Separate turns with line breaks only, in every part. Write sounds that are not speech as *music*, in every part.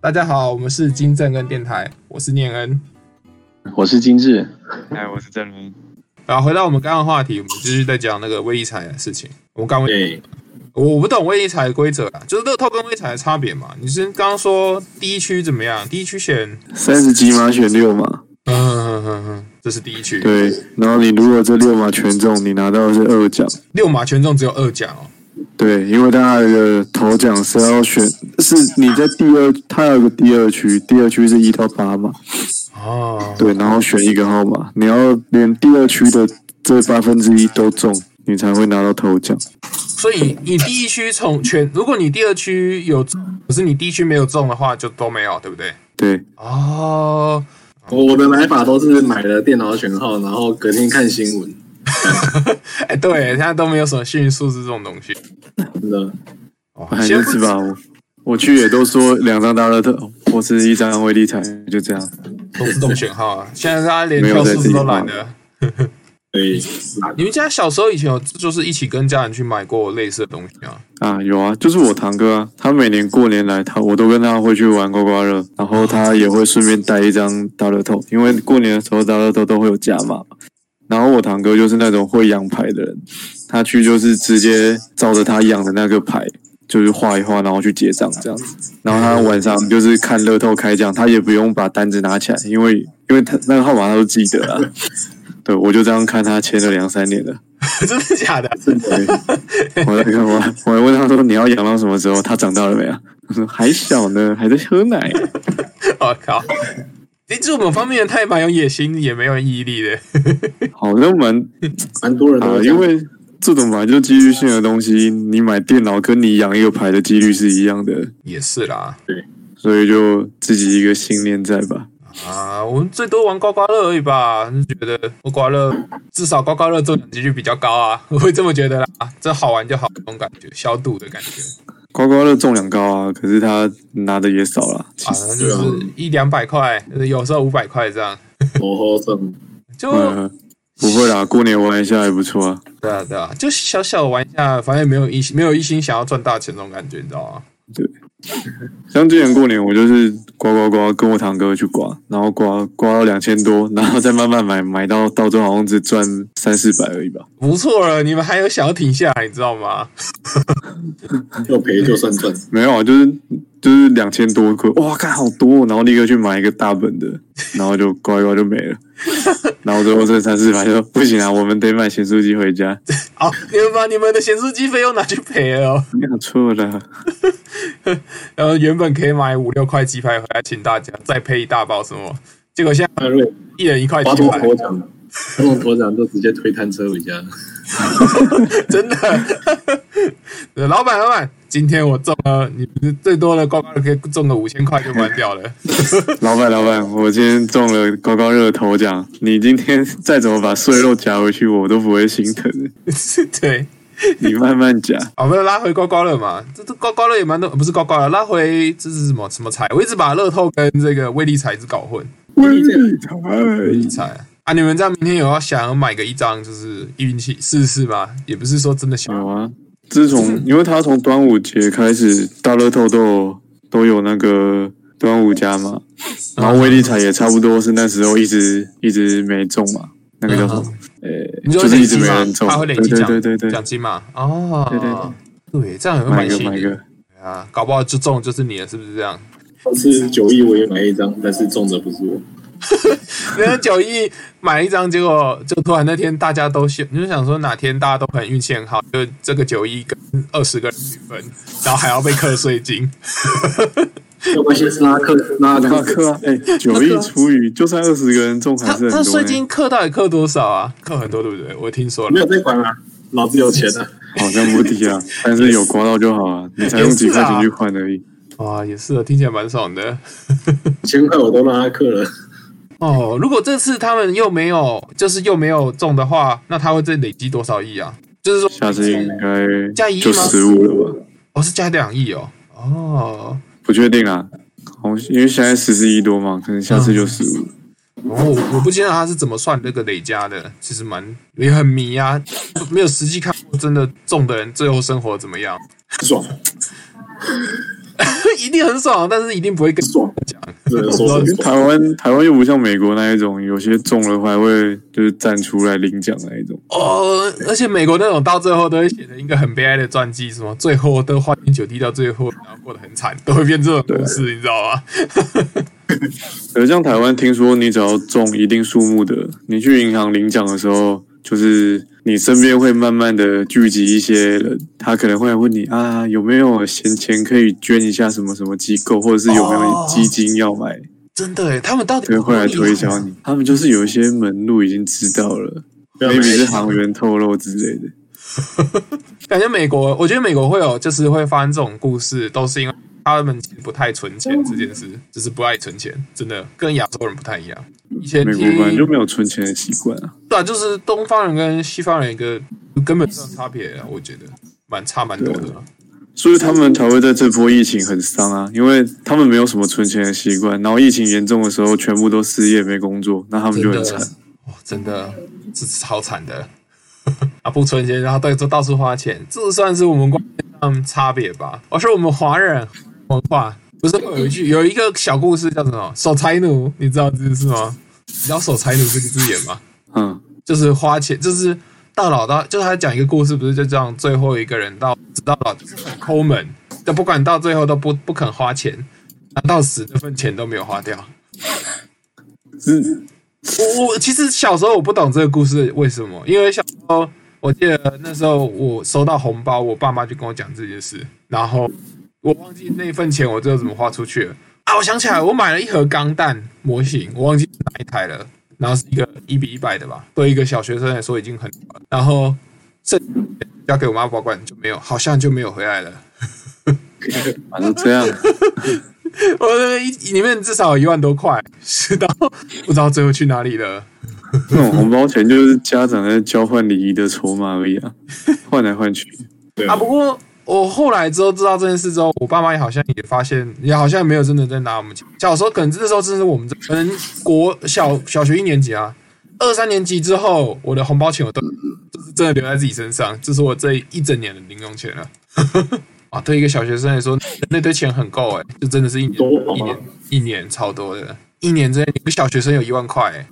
大家好，我们是金正恩电台，我是念恩。
我是金志，
哎，我是郑伦。
然后回到我们刚刚的话题，我们继续在讲那个微利财的事情。我们刚刚
对，
我不懂微利财的规则啊，就是乐透跟微利财的差别嘛。你是刚刚说第一区怎么样？第一区选，
三十几码选六码，
嗯嗯嗯嗯，这是第一区。
对，然后你如果这六码全中，你拿到的是二奖，
六马权重只有二奖哦。
对，因为它的头奖是要选，是你在第二，它有个第二区，第二区是一到八嘛，
哦，
对，然后选一个号码，你要连第二区的这八分之一都中，你才会拿到头奖，
所以你第一区从全，如果你第二区有中，可是你第一区没有中的话，就都没有，对不对？
对，
哦， *laughs*
我我的买法都是买了电脑选号，然后隔天看新闻，
哎，对，现在都没有什么幸运数字这种东西。
真的。
哦
还真哎是吧，我我去也都说两张大乐透或是一张威力彩，就这样，
都是动选号啊！ *laughs* 现在大家连
没有
挑
在
数字
自己
都懒
画
得。
对，
你们家小时候以前有就是一起跟家人去买过类似的东西啊？
啊，有啊，就是我堂哥啊，他每年过年来，他我都跟他会去玩刮刮乐，然后他也会顺便带一张大乐透，因为过年的时候大乐透都会有加码嘛。然后我堂哥就是那种会养牌的人，他去就是直接照着他养的那个牌，就是画一画，然后去结账这样子。然后他晚上就是看乐透开奖，他也不用把单子拿起来，因为因为他那个号码他都记得啊。对，我就这样看他签了两三年了。
*laughs* 真的假的？ *laughs*
对， *laughs* 我在我我还问他说你要养到什么时候？他长大了没啊？ *laughs* 他说还小呢，还在喝奶。 *laughs*
我靠！你这种方面人太蛮有野心，也没有毅力的。
好像蛮
蛮多人
啊
*laughs* 都，
因为这种本来就几率性的东西，你买电脑跟你养一个牌的几率是一样的，
也是啦，
所以就自己一个信念在吧。
啊，我们最多玩刮刮乐而已吧。就觉得刮刮乐至少刮刮乐中奖几率比较高啊， *laughs* 我会这么觉得啦。这好玩就好，这种感觉，消毒的感觉
刮刮乐中奖高啊，可是他拿的也少了。
啊，就是一两百块，有时候五百块这样，
我后正
就
嗯，不会啦，过年玩一下还不错啊。
对啊，对啊，就小小玩一下，反正也没有一心没有一心想要赚大钱那种感觉，你知道吗？
像之前过年，我就是刮刮刮，跟我堂哥去刮，然后刮刮到两千多，然后再慢慢买，买到到最后好像只赚三四百而已吧。
不错了，你们还有想要停下来，你知道吗？ *laughs*
又赔就算
*laughs*
赚，
没有啊，就是就是两千多颗，哇，看好多哦，然后立刻去买一个大本的，然后就刮一刮就没了，然后最后剩三四百就说不行啊，我们得买咸酥鸡回家， *laughs*
哦，你们把你们的显示机费用拿去赔了、哦， *laughs*
没有错啦，
然后原本可以买五六块鸡排回来请大家，再配一大包什么，结果现在
那如果
一人一块
花
鸡
中
排，
头奖，花中头奖就直接推摊车回家。
*laughs* 真的。老板，老板，今天我中了，你们最多的刮刮乐可以中个五千块就关掉了。 *laughs*
老板老板，我今天中了刮刮乐头奖，你今天再怎么把碎肉夹回去，我都不会心疼的，
对。
你慢慢夹。
啊，没有拉回刮刮乐嘛，这这刮刮乐也蛮多，呃不是刮刮乐，拉回这是什么什么彩？我一直把乐透跟这个威力彩一直搞混。
威力彩，
威力彩啊，你们这样明天有要想要买个一张，就是运气试试吗？也不是说真的想
有啊，自从因为他从端午节开始，大乐透都有都有那个端午加嘛，
嗯
然后威力彩也差不多是那时候一直一直没中嘛，那个叫什么？呃、
嗯你说
就是
累
一直
积
没
嘛
人，中
它会累，积
对
奖
对对对对
奖，金嘛？哦，
对对
对对，这样有
买
买
一个
心
买一个，
啊，搞不好就中就是你了，是不是这样？
上次九亿我也买一张，但是中的不是我。
人家九亿买一张，结果就突然那天大家都喜，你就想说哪天大家都很运气很好，就这个九亿跟二十个人平分，然后还要被课税
*laughs*
金。
没关系，是拉克拉
那
克，
克啊，哎、九亿除以就算二十个人中还
他
是
他
很多、
税
欸，
金课到底课多少啊？课很多对不对？我听说了。
没
嗯
有在管啊，老子有钱啊。
好像不低
*laughs*
啊，但是有刮到就好啊，你才用几块钱去换而已。
哇，也是啊，听起来蛮爽的。
千块我都拉克了，
哦，如果这次他们又没有，就是又没有中的话，那他会再累积多少亿啊？就是说，
下次应
加
该
一亿
就
吗
十五了吧？
哦，是加两亿哦。哦，
不确定啊，好，因为现在十四亿多嘛，可能下次就十五、
然后我不知道他是怎么算这个累加的，其实蛮也很迷啊，没有实际看过真的中的人最后生活怎么样。
爽。
一定很爽，但是一定不会跟
爽，
讲。
只能说
因为
是
台
爽。
湾台湾又不像美国那一种，有些中了还会就是站出来领奖那一种。
哦，而且美国那种到最后都会写成一个很悲哀的传记，什么最后都花天酒地到最后，然后过得很惨，都会变这种故事，你知道吗？
而像台湾，听说你只要中一定数目的，你去银行领奖的时候，就是你身边会慢慢的聚集一些人，他可能会问你啊，有没有闲钱可以捐一下什么什么机构，或者是有没有基金要买，
真的欸耶，他们到底
对，
有多
会来推
厉害
销
啊
你。哦 *laughs* 他们就是有一些门路已经知道了
对啊
，maybe 是行员透露之类的。
感觉美国，我觉得美国会有就是会发生这种故事，都是因为他们其实不太存钱这件事，就是不爱存钱，真的跟亚洲人不太一样。以前
美国
听
本来就没有存钱的习惯啊，
对啊，就是东方人跟西方人一个根本上差别啊，我觉得蛮差蛮多的。啊
所以他们才会在这波疫情很伤啊，因为他们没有什么存钱的习惯，然后疫情严重的时候，全部都失业没工作，那他们就
真
很
的
惨。，
哇，真的是超惨的 *laughs* 啊！不存钱，然后到处到处花钱，这算是我们观念上差别吧？我说我们华人文化不是会有一句有一个小故事叫什么“守财奴”，你知道这件事吗？你知道“守财奴”这个字眼吗？
嗯，
就是花钱，就是大佬到，就是他讲一个故事，不是就这样，最后一个人到直到老就是很抠门，就不管到最后都不不肯花钱，拿到死这份钱都没有花掉。
是
我我其实小时候我不懂这个故事为什么，因为小时候我记得那时候我收到红包，我爸妈就跟我讲这件事，然后我忘记那份钱我最后怎么花出去了啊！我想起来，我买了一盒钢弹模型，我忘记是哪一台了，然后是一个一比一百的吧，对一个小学生来说已经很屌了，然后剩下的钱交给我妈保管就没有，好像就没有回来了。
*laughs* 反正这 *laughs* 样，
我的一里面至少有一万多块，是到不知道最后去哪里了。
那种红包钱就是家长在交换礼仪的筹码而已啊，换来换去。
对
啊，
啊
不，过我后来之后知道这件事之后，我爸妈也好像也发现，也好像没有真的在拿我们钱。小时候可能那时候真是我们可能国小小学一年级啊，二三年级之后，我的红包钱我都就是真的留在自己身上，这是我这一整年的零用钱了。 *laughs* 啊，对一个小学生来说，那堆钱很够哎、就真的是一年
多好啊
一年一年超多的，一年真的一个小学生有一万块哎、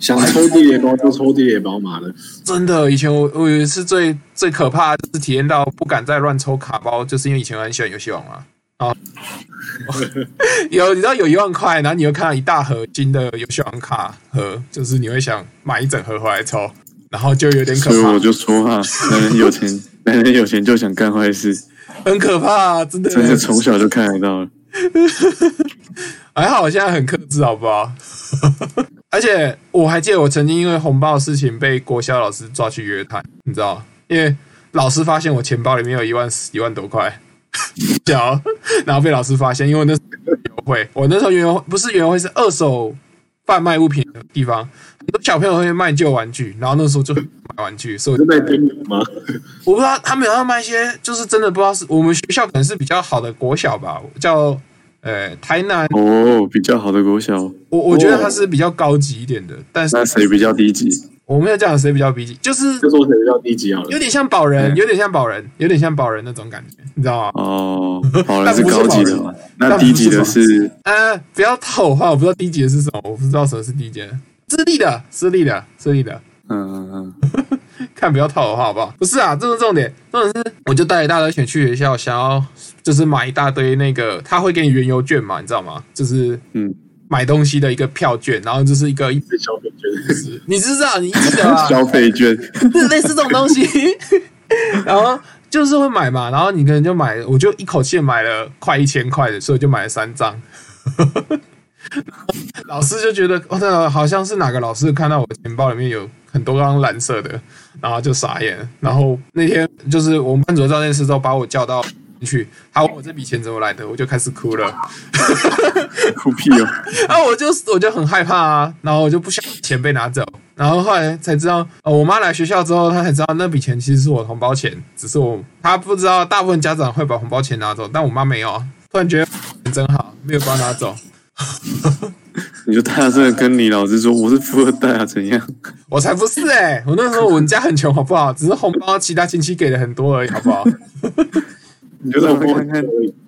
想抽地雷包就抽地雷包嘛的，
真的，以前我我有一次最最可怕的就是体验到不敢再乱抽卡包，就是因为以前我很喜欢游戏王嘛。啊， *laughs* 有你知道有一万块，然后你又看到一大盒新的游戏王卡盒，就是你会想买一整盒回来抽，然后就有点可
所以
怕
我，就说哈、男人有钱，男人有钱就想干坏事，
很可怕、真的。
真的从小就看得到了。
还好我现在很克制，好不好？ *laughs* 而且我还记得我曾经因为红包的事情被国小老师抓去约谈，你知道吗？因为老师发现我钱包里面有一万一万多块，小，然后被老师发现，因为我那时候园游会，我那时候园游会不是园游会是二手贩卖物品的地方，很多小朋友会卖旧玩具，然后那时候就买玩具，所以我
是在听你吗？ *laughs*
我不知道他们有要卖一些，就是真的不知道是我们学校可能是比较好的国小吧，叫呃台南
哦，比较好的国小，
我我觉得它是比较高级一点的，但是
那谁比较低级？
我没有讲谁比较低级，就是
就说谁比较低级好了
有。点像保人，
嗯
有点像保人，有点像保人那种感觉，你知道吗？
哦，好人是高级的嘛，
但
那
不是
低级的是
呃，不要套我话，我不知道低级的是什么，我不知道什么是低级的，私立的，私立的，私立的，
嗯嗯
看不要套我话好不好？不是啊，这是重点，重点是我就带一大堆钱去学校，想要就是买一大堆那个，他会给你原油券嘛，你知道吗？就是
嗯
买东西的一个票券，然后就是一个一，
被消费券，
你知道你记得啊吧
嗯，？ *laughs* 消费券，
是 *laughs* 类似这种东西。然后就是会买嘛，然后你可能就买，我就一口气买了快一千块的，所以我就买了三张。 *laughs* 老师就觉得，哦，对了，好像是哪个老师看到我钱包里面有很多张蓝色的，然后就傻眼了。然后那天就是我们班主任知道这件事之后，把我叫到去，他问我这笔钱怎么来的，我就开始哭了。
酷屁
*laughs*
哦！
啊，我就我就很害怕啊，然后我就不想钱被拿走，然后后来才知道，哦，我妈来学校之后，她才知道那笔钱其实是我的红包钱，只是我她不知道，大部分家长会把红包钱拿走，但我妈没有，啊突然觉得真好，没有把它拿走。
你就大声的跟你老师说我是富二代啊，怎样？ *laughs*
我才不是哎、我那时候我们家很穷，好不好？只是红包其他亲戚给的很多而已，好不好？
你就让他看看
我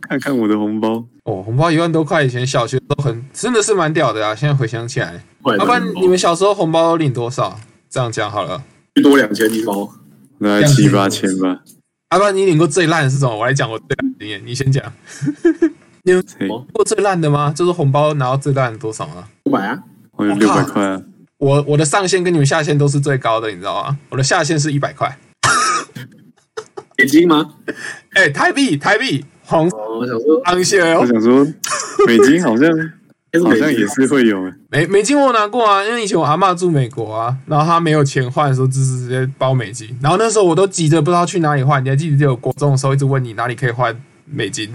看看我的红包。
哦，红包一万多块，以前小学都很真的是蛮屌的啊！现在回想起来，
坏
要、
的
不然
很多
你们小时候红包领多少？这样讲好了，
最多两千一包，
大概七八千吧。
啊要、不然你领过最烂的是什么？我来讲我最烂的经验，你先讲。你们
嘿，
哦
过最烂的吗？就是红包拿到最烂的多少吗？
五百啊，
我有六百块啊！
我我的上限跟你们下限都是最高的，你知道吗？我的下限是一百块，
美金吗？
哎、台币台币红
哦，我想说
上限
我
哦，
想
*laughs*
说，美金好像
还是
好
美
像
金
也
啊，
是会有欸，
美美金我拿过啊，因为以前我阿嬷住美国啊，然后她没有钱换的时候，就是直接包美金，然后那时候我都急着不知道去哪里换，你还记得有国中的时候一直问你哪里可以换美金？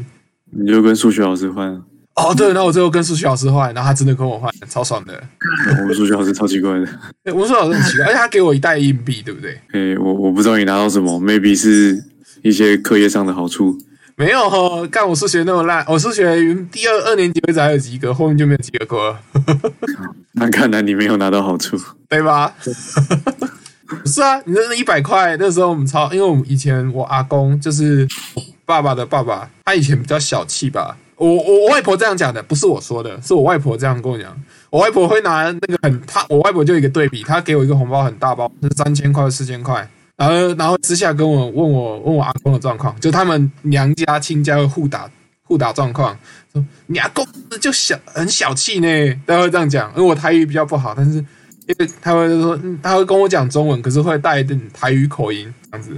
你就跟数学老师换啊。
哦，对，然后我最后跟数学老师换，然后他真的跟我换，超爽的。
然后我们数学老师超奇怪的， *laughs*
对我们数学老师很奇怪，而且他给我一袋硬币，对不对？
诶，我我不知道你拿到什么，maybe 是一些课业上的好处。
没有哦，干我数学那么烂，我数学第二二年级为止还有及格，后面就没有及格过了。
那看来你没有拿到好处，
对吧？不是啊，你那一百块那时候我们超，因为我们以前我阿公就是爸爸的爸爸，他以前比较小气吧。我我我外婆这样讲的，不是我说的，是我外婆这样跟我讲。我外婆会拿那个很，她我外婆就有一个对比，她给我一个红包很大包，是三千块四千块，然后然后私下跟我问我问我阿公的状况，就他们娘家亲家会互打互打状况，说你阿公就小很小气呢，他会这样讲，因为我台语比较不好，但是因为他会说，嗯他会跟我讲中文，可是会带一点台语口音这样子。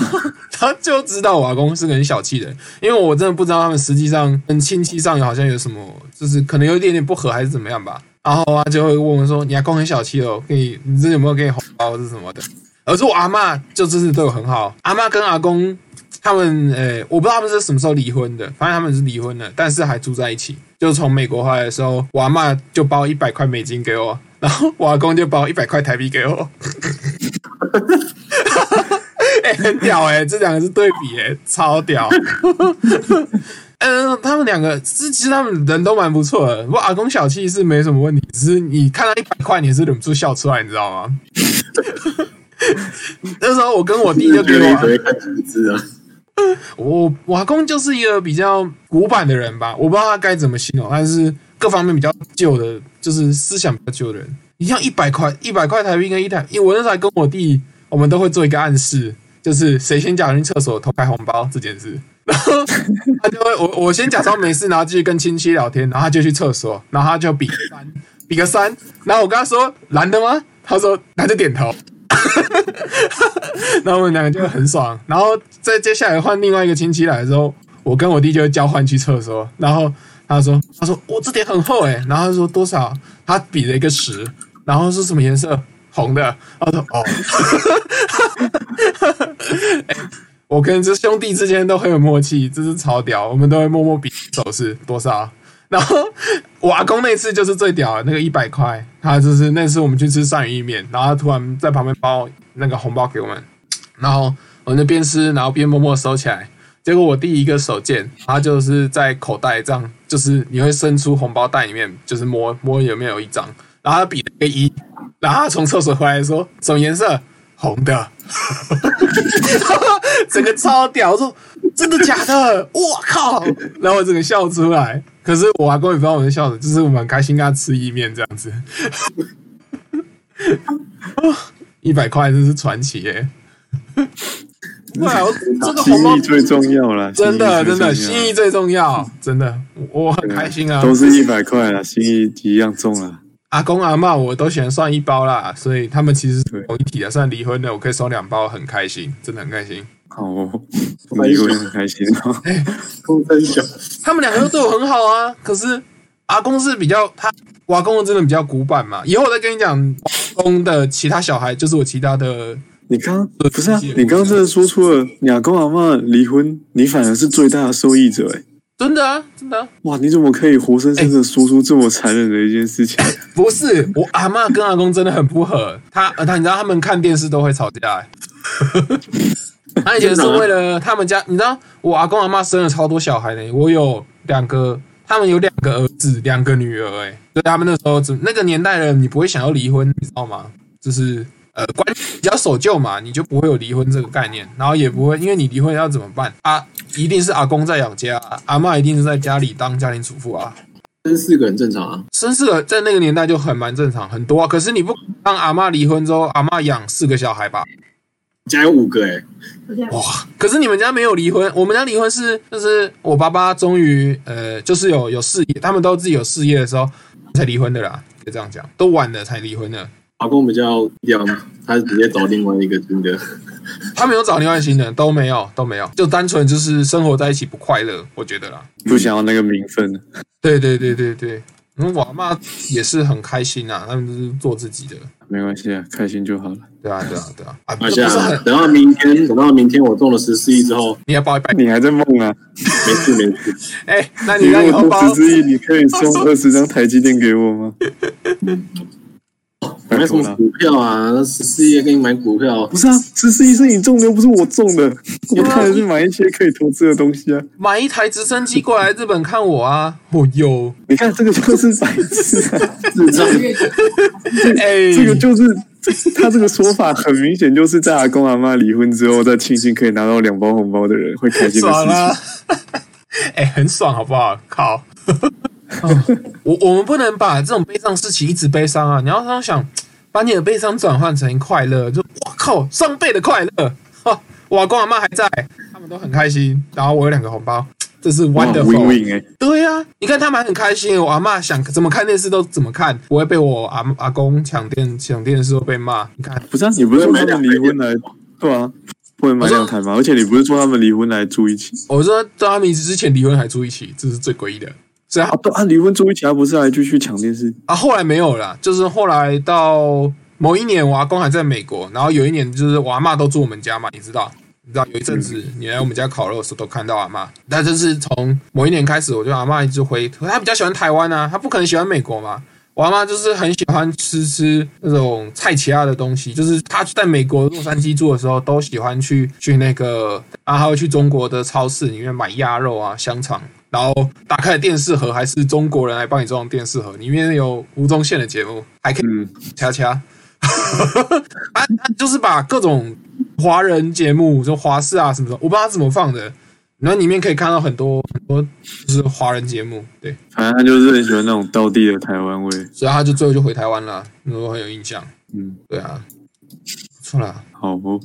*laughs* 他就知道我阿公是个很小气的人，因为我真的不知道他们实际上跟亲戚上好像有什么，就是可能有一点点不合还是怎么样吧。然后他就会问我说：“你阿公很小气哦，给你你这有没有给你红包是什么的？”而是我阿嬷就真是对我很好，阿嬷跟阿公他们呃、我不知道他们是什么时候离婚的，反正他们是离婚了，但是还住在一起。就从美国回来的时候，我阿嬷就包一百块美金给我，然后我阿公就包一百块台币给我。 *laughs* 哎、很屌哎、这两个是对比哎、超屌。 *laughs* 嗯，他们两个是其实他们人都蛮不错的。我阿公小气是没什么问题，只是你看到一百块，你是忍不住笑出来，你知道吗？ *laughs* 那时候我跟我弟就给我
觉得你
阿
只会看数字啊， *laughs*
我我阿公就是一个比较古板的人吧，我不知道他该怎么形容，但是各方面比较旧的，就是思想比较旧的人。你像一百块，一百块台币跟一台，因为我那时候还跟我弟，我们都会做一个暗示，就是谁先假装去厕所偷开红包这件事。然后他就会我我先假装没事，然后继续跟亲戚聊天，然后他就去厕所，然后他就比个三，比个三，然后我跟他说蓝的吗？他说他就点头。然后我们两个就很爽。然后再接下来换另外一个亲戚来的时候，我跟我弟就会交换去厕所。然后他说：“他说我、这点很厚诶、然后他说多少？他比了一个十，然后是什么颜色？红的。他说哦。 *laughs* 哎我跟这兄弟之间都很有默契，这是超屌，我们都会默默比手势多少。然后我阿公那次就是最屌的，那个一百块，他就是那次我们去吃鳝鱼意面，然后他突然在旁边包那个红包给我们，然后我就边吃，然后边默默收起来。结果我第一个手贱，他就是在口袋这样，就是你会伸出红包袋里面，就是摸摸有没有一张，然后他比了个一，然后他从厕所回来说什么颜色？红的， *laughs* 整个超屌！我说真的假的？我
*laughs*
靠！然后我整个笑出来。可是我阿公也不知道我在笑什么，就是我蛮开心跟他吃意面这样子。 *laughs* 一百块真是传奇耶、
*laughs*
对啊，我这个
心
红包
意最重要啦，
真的
最
真的，
重要
心意最重要，真的，我我很开心啊！
都是一百块啦，心意一样重啊啦。
阿公阿嬷我都喜欢算一包啦，所以他们其实是
对
同一体的，算离婚的，我可以收两包，很开心，真的很开心。
好哦，你我也很开心哦。
空分小，
他们两个都对我很好啊，可是阿公是比较他，我阿公真的比较古板嘛。以后我再跟你讲，我阿公的其他小孩就是我其他的，
*laughs* 你刚不是啊？你刚刚真的说出了你阿公阿嬷离婚，你反而是最大的受益者哎。
真的啊，真的啊、
哇，你怎么可以活生生的说出这么残忍的一件事情？
不是我阿嬷跟阿公真的很不合，他呃他你知道他们看电视都会吵架、欸。 *laughs* 他以前是为了他们家，你知道我阿公阿嬷生了超多小孩呢、我有两个，他们有两个儿子，两个女儿、欸，哎，所以他们那时候只那个年代的人，你不会想要离婚，你知道吗？就是呃关系比较守旧嘛，你就不会有离婚这个概念，然后也不会因为你离婚要怎么办啊？一定是阿公在养家，阿嬷一定是在家里当家庭主妇啊。
生四个很正常啊。
生四个在那个年代就很蛮正常，很多啊。可是你不让阿嬷离婚之后，阿嬷养四个小孩吧？
家有五个哎、
哇！可是你们家没有离婚，我们家离婚是就是我爸爸终于呃就是有有事业，他们都自己有事业的时候才离婚的啦，就这样讲，都晚了才离婚的。
老公比较屌，他直接找另外一个新的。
他没有找另外新人，都没有，都没有，就单纯就是生活在一起不快乐，我觉得啦。
*laughs* 不想要那个名分。啊
对对对对对，嗯，我妈也是很开心啊，他们就是做自己的，
没关系啊，开心就好了。
对啊对啊对啊，啊，
而
不
且
是
啊
很，
等到明天，等到明天我中了十四亿之后，
你要包一百，
*laughs* 你还在梦啊？
没事没事，
哎、那 *laughs* 你
你
让
如
你
果
红包
中十亿，你可以送二十张台积电给我 *laughs* 吗？
买什么股票啊？十四亿给你买股票
不，是啊，十四亿是你中的，又不是我中的。
啊
我当然是买一些可以投资的东西啊。
买一台直升机过来日本看我啊，哦哟，
你看，这个就是白痴、啊，
智障。
哎、
这个就是这他这个说法很明显就是在阿公阿妈离婚之后，再庆幸可以拿到两包红包的人会开心的事
爽啊啦
情。！
哎、很爽，好不好？靠！哦我我们不能把这种悲伤事情一直悲伤啊！你要想想，把你的悲伤转换成快乐，就我靠，双倍的快乐！哈，我阿公阿妈还在，他们都很开心，然后我有两个红包，这是
哇
wonderful。
，win win 哎、
对呀、你看他们还很开心，我阿嬷想怎么看电视都怎么看，不会被我阿阿公抢电抢电视都被骂。你看，
不是啊，你不是说他们离婚来对啊，不能买两台吗？而且你不是说他们离婚来住一起
我说他们之前离婚还住一起，这是最诡异的。所以他
啊？对啊，离婚住一起，他不是来继续抢电视？
啊，后来没有了啦，就是后来到某一年，我阿公还在美国，然后有一年就是我阿妈都住我们家嘛，你知道，你知道有一阵子你来我们家烤肉的时候都看到阿妈，但就是从某一年开始，我就阿妈一直回，她比较喜欢台湾啊，她不可能喜欢美国嘛。我阿妈就是很喜欢吃吃那种菜奇亚的东西，就是她在美国洛杉矶住的时候，都喜欢去去那个啊，她会去中国的超市里面买鸭肉啊、香肠，然后打开的电视盒还是中国人来帮你装的电视盒，里面有吴宗宪的节目，还可以
嗯，
掐掐，啊，他就是把各种华人节目，就华视啊什么的，我不知道他怎么放的，然后里面可以看到很多很多就是华人节目，对，
反正他就是很喜欢那种道地的台湾味。
所以他就最后就回台湾了，我很有印象，
嗯，
对啊，不错啦，
好不？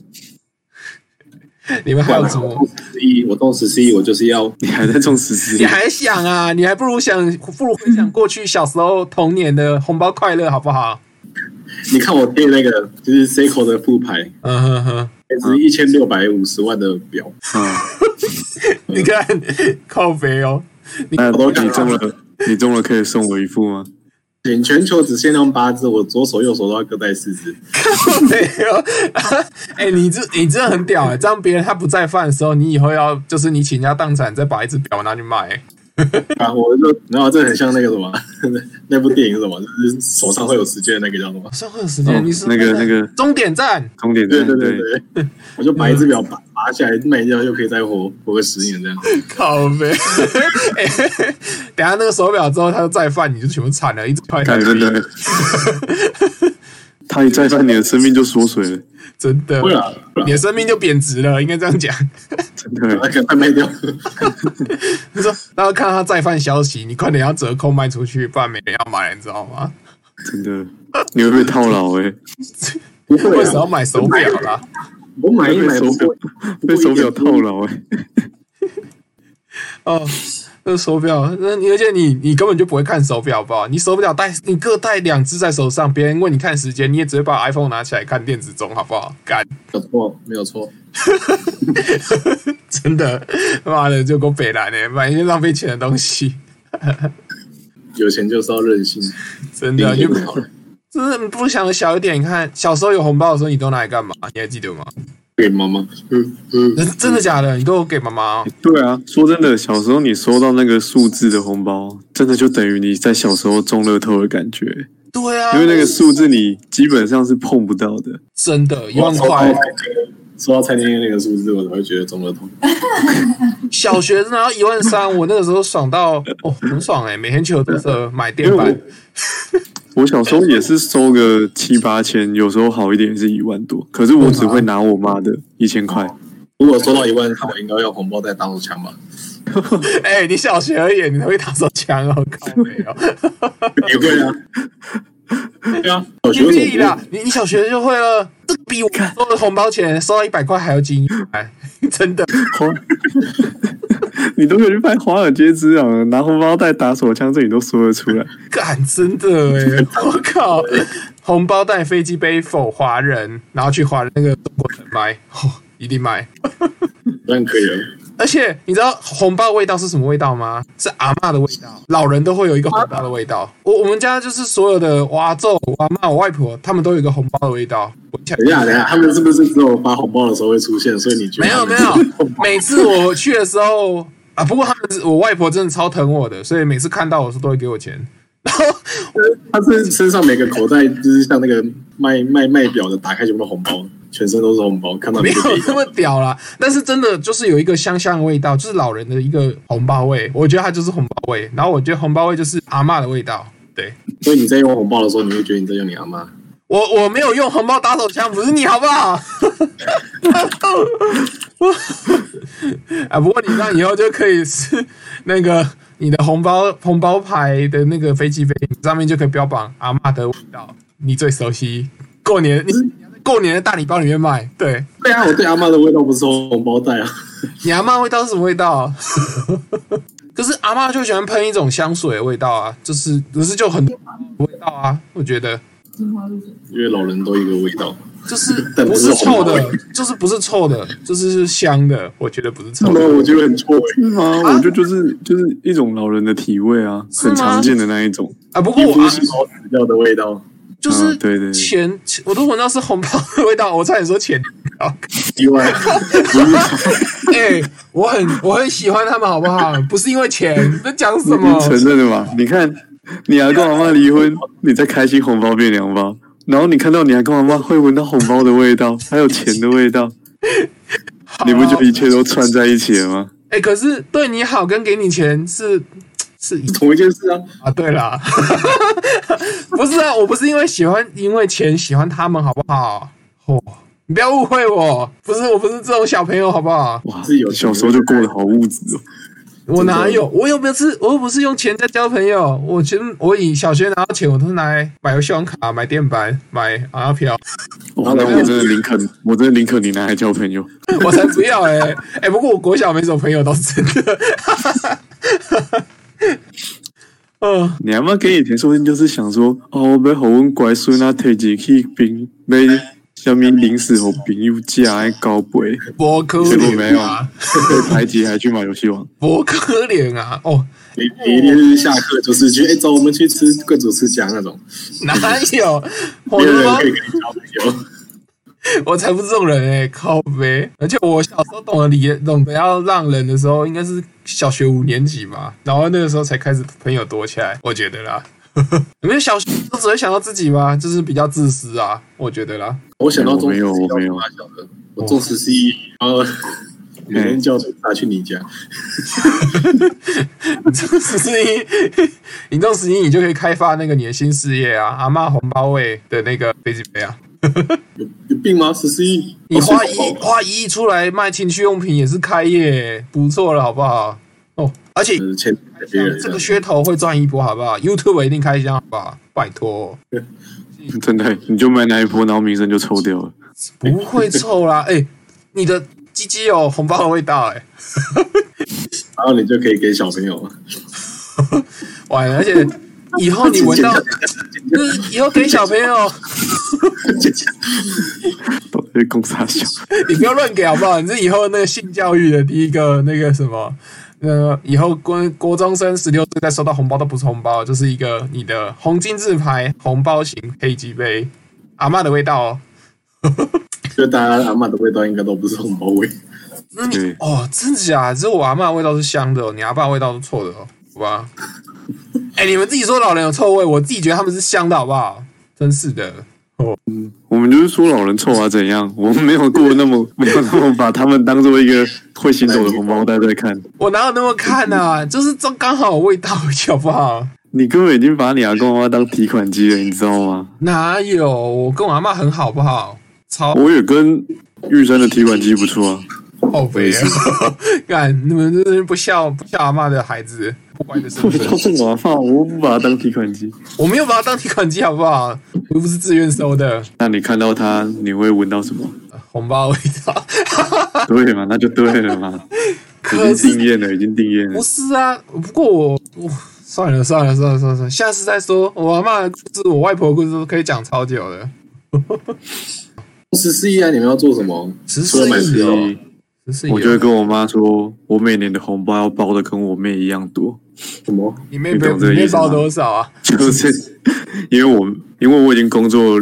你们还有什
我
么
中？十四亿，我中十四亿，我就是要
你还在中十四亿
你？还想啊？你还不如想，不如回想过去小时候童年的红包快乐，好不好？
你看我贴那个就是 Seiko 的副牌，
嗯哼哼。
是一千六百五十万的表，
啊，
你看， *laughs* 靠肥哦，
那你中了，你中了可以送我一副吗？
全全球只限量八只，我左手右手都要各带四只。
靠肥哦， *laughs* 哎、你这你真的很屌哎、这样别人他不在饭的时候，你以后要就是你倾家荡产，再把一只表拿去卖、哎
啊，我就然后这很像那个什么， *laughs* 那部电影是什么，就是手上会有时间的那个叫什么
好？像会有时间，
哦
你是
那个那个
终点站，
终点
对
站
对对对，对我就把一只
嗯
表拔拔下来卖掉，就可以再活活个十年
*laughs*
这样。
靠肥，哎等一下那个手表之后他就再犯，你就全部惨了，一直快
干真的， *laughs* 他一再犯，你的生命就缩水了，
真的
不，然不啊然
你的生命就贬值了，应该这样讲。
真的
把。它快卖
*laughs*
掉，
你说，然后看到他再犯消息，你快点要折扣卖出去，不然没人要买，你知道吗？
真的，你会被套牢哎、
不会
为什么要
啊，
买手表啦？
我买一
会被
买
手
不
表
会，
被手表套牢哎、
哦，那手表，那你而且你你根本就不会看手表好不好？你手表戴你各戴两只在手上，别人问你看时间，你也只会把 iPhone 拿起来看电子钟好不好？干，
没有错，没有错。
真的，妈的就够北蓝的，买一些浪费钱的东西，
有钱就是要任性，
真
领
啊 *laughs*
的
就
就
好了，
就是你不想的小一点。你看小时候有红包的时候，你都拿来干嘛？你还记得吗？ *laughs*
给妈妈。嗯嗯，
真真的假的？你都有给妈妈、哦？
对啊，说真的，小时候你收到那个数字的红包，真的就等于你在小时候中乐透的感觉，
对啊，
因为那个数字你基本上是碰不到的。
真的，一万块。
说到蔡天燕那个数字，我才会觉得中了头。
小学拿到一万欸三，我那个时候爽到哦，很爽哎、每天去有都是买 *laughs*
因
电
为
板
我，我小时候也是收个七八千，有时候好一点也是一万多，可是我只会拿我妈的一千块。
如果收到一万，那我应该要红包再打手枪 *laughs* 吧？
哎、你小学而已，你会打手枪哦？靠没有，
*laughs*
你会啊？对啊，小
你
学为
屁
什么
啦！你你小学就会了，这个比我收的红包钱收到一百块还要精彩， *laughs* 真的。
花， *laughs* 你都可以去拍《华尔街之狼》了，拿红包袋打手枪，这你都说得出来。
干，真的哎！我靠，红包带飞机杯否华人，然后去华人那个中国人买，哦，一定买。
不当然可以啊了。
而且你知道红包味道是什么味道吗？是阿嬷的味道，老人都会有一个红包的味道。我我们家就是所有的我阿昼、我阿嬷、我外婆，他们都有一个红包的味道。我想
等一下，等一下，他们是不是只有发红包的时候会出现？所以你觉得
没有没有，每次我去的时候啊，不过他们是我外婆真的超疼我的，所以每次看到我说都会给我钱。然后
他身身上每个口袋就是像那个卖卖卖表的，打开全部都红包，全身都是红包，看到
没
你
有
就给。
那么屌啦，但是真的就是有一个香香的味道，就是老人的一个红包味，我觉得它就是红包味。然后我觉得红包味就是阿嬷的味道。对
所以你在用红包的时候，你会觉得你在用你阿妈。
我我没有用红包打手枪，不是你好不好？ *laughs* 啊，不过你那以后就可以是那个你的红包红包牌的那个飞机杯上面就可以标榜阿嬷的味道，你最熟悉。过年你过年的大礼包里面卖，对
对啊，我对阿妈的味道不是红包袋啊。
你阿嬷味道是什么味道？啊 *laughs* 可是阿嬷就喜欢喷一种香水的味道啊，就是可是就很多味道啊，我觉得
金花露水，
因为老人都一个味道。
就是
但
不
不
是
是
臭
红
的
的，
就是不是臭的，就是是香的，我觉得不是
那
臭
么
的。
我觉得很臭欸
是吗？我觉得就是就是一种老人的体味啊，
吗
很常见的那一种。
啊，不过
皮
我
肤
阿
细胞死掉的味道，
就
啊对
是
对
钱，我都闻到是红包的味道，我差点说钱。 *laughs*
意外。
哎、我很我很喜欢他们，好不好？不是因为钱，你在讲什么
你？承认的嘛？你看，你还跟阿妈离婚，你在开心红包变两包，然后你看到你还跟阿妈会闻到红包的味道，还有钱的味道，
啊
你不觉得一切都串在一起了吗？
哎、可是对你好跟给你钱是是一
同一件事啊，
啊，对啦， *laughs* 不是啊，我不是因为喜欢，因为钱喜欢他们，好不好？哦，你不要误会我，不是，我不是这种小朋友，好不好？
哇
自己有，钱
小时候就过得好物质哦。
我哪有？我又不是，我又不是用钱在交朋友。我钱，我以小学拿到钱，我都是拿来买游戏王卡、买电板、买阿飘。 *laughs*
哇，那我真的宁肯，我真的宁可你拿来交朋友。
我才不要哎、欸、 *laughs* 哎、不过我国小没什么朋友，倒是真的。 *laughs* 嗯，
你阿妈给你钱，说不定就是想说，哦，要互阮乖孙啊，摕钱去冰买什么零食互朋友食，爱交杯，
博可怜啊，
被排挤还去买游戏王。
博可怜啊！哦，
你你一定是下课就是去，哎，走，我们去吃贵族吃家那种，
哪有？啊我
*laughs* 没有
他
人
妈
可以跟你交朋友。
*laughs* 我才不是这种人哎、靠呗！而且我小时候懂得理、懂得要让人的时候，应该是小学五年级吧，然后那个时候才开始朋友多起来，我觉得啦。 *laughs* 你们小学都只会想到自己吗？就是比较自私啊，我觉得啦。 *laughs*
我想到中
没有我没有
我的，我中十 C，然后每天叫警察去你家，
你这个十一，你这种十一，你就可以开发那个你的新事业啊，阿嬷红包味的那个飞机杯啊。
有有病吗？十 C，
你花一
一
花一亿出来卖情趣用品也是开业欸，不错了，好不好？哦，而且
呃钱给别人
啊这个噱头会赚一波，好不好？YouTube 一定开箱，好不好？拜托，
真的，你就买那一波，然后名声就抽掉了。
不会臭啦！哎、你的鸡鸡有红包的味道、哎，
然后你就可以给小朋友。 *laughs*
完了，而且以后你闻到，就是以后给小朋友，
到底是公傻小？
你不要乱给，好不好？你是以后那个性教育的第一个那个什么。呃，以后国国中生十六岁再收到红包都不是红包，就是一个你的红金字牌红包型黑鸡杯，阿嬷的味道哦。
就大家阿妈的味道应该都不是红包味，
那你
对
哦，真的假的？只有我阿嬷的味道是香的、哦，你阿爸的味道是臭的哦，好吧？ *laughs* 哎、你们自己说老人有臭味，我自己觉得他们是香的，好不好？真是的，
我们就是说老人臭啊，怎样？我们没有过那么 *laughs* 没有那么把他们当做一个会行走的红包袋在看。
我哪有那么看啊？就是这刚好有味道，好不好？
你根本已经把你阿公阿妈当提款机了，你知道吗？
哪有？我跟我阿妈很好，不好？超
我也跟玉山的提款机不错啊。
后悔啊！ *laughs* 干，你们真是不孝不孝阿妈的孩子，不乖的身
我
*laughs* 份。
告诉 *laughs* 我爸，我不把他当提款机。
我没有把它当提款机，好不好？我又不是自愿收的，
那你看到他，你会闻到
*laughs*
什么？
红包味道。
对嘛？那就对了
*laughs*
嘛。已
可
经
是
定谳了，已经定谳
不
了。
是啊，不过我我算了算了算了算了算了，下次再说。我阿妈就是我外婆的故事都可以讲超久的，
十四亿啊，你们要做什么？
十
除了
啊
四
买
亿
啤酒
哦，十四亿哦。
我就会跟我妈说，我每年的红包要包的跟我妹一样多， *laughs*
什么？
你妹妹
你懂这个
你妹
意思吗
包多少啊？
就是因为我因为我已经工作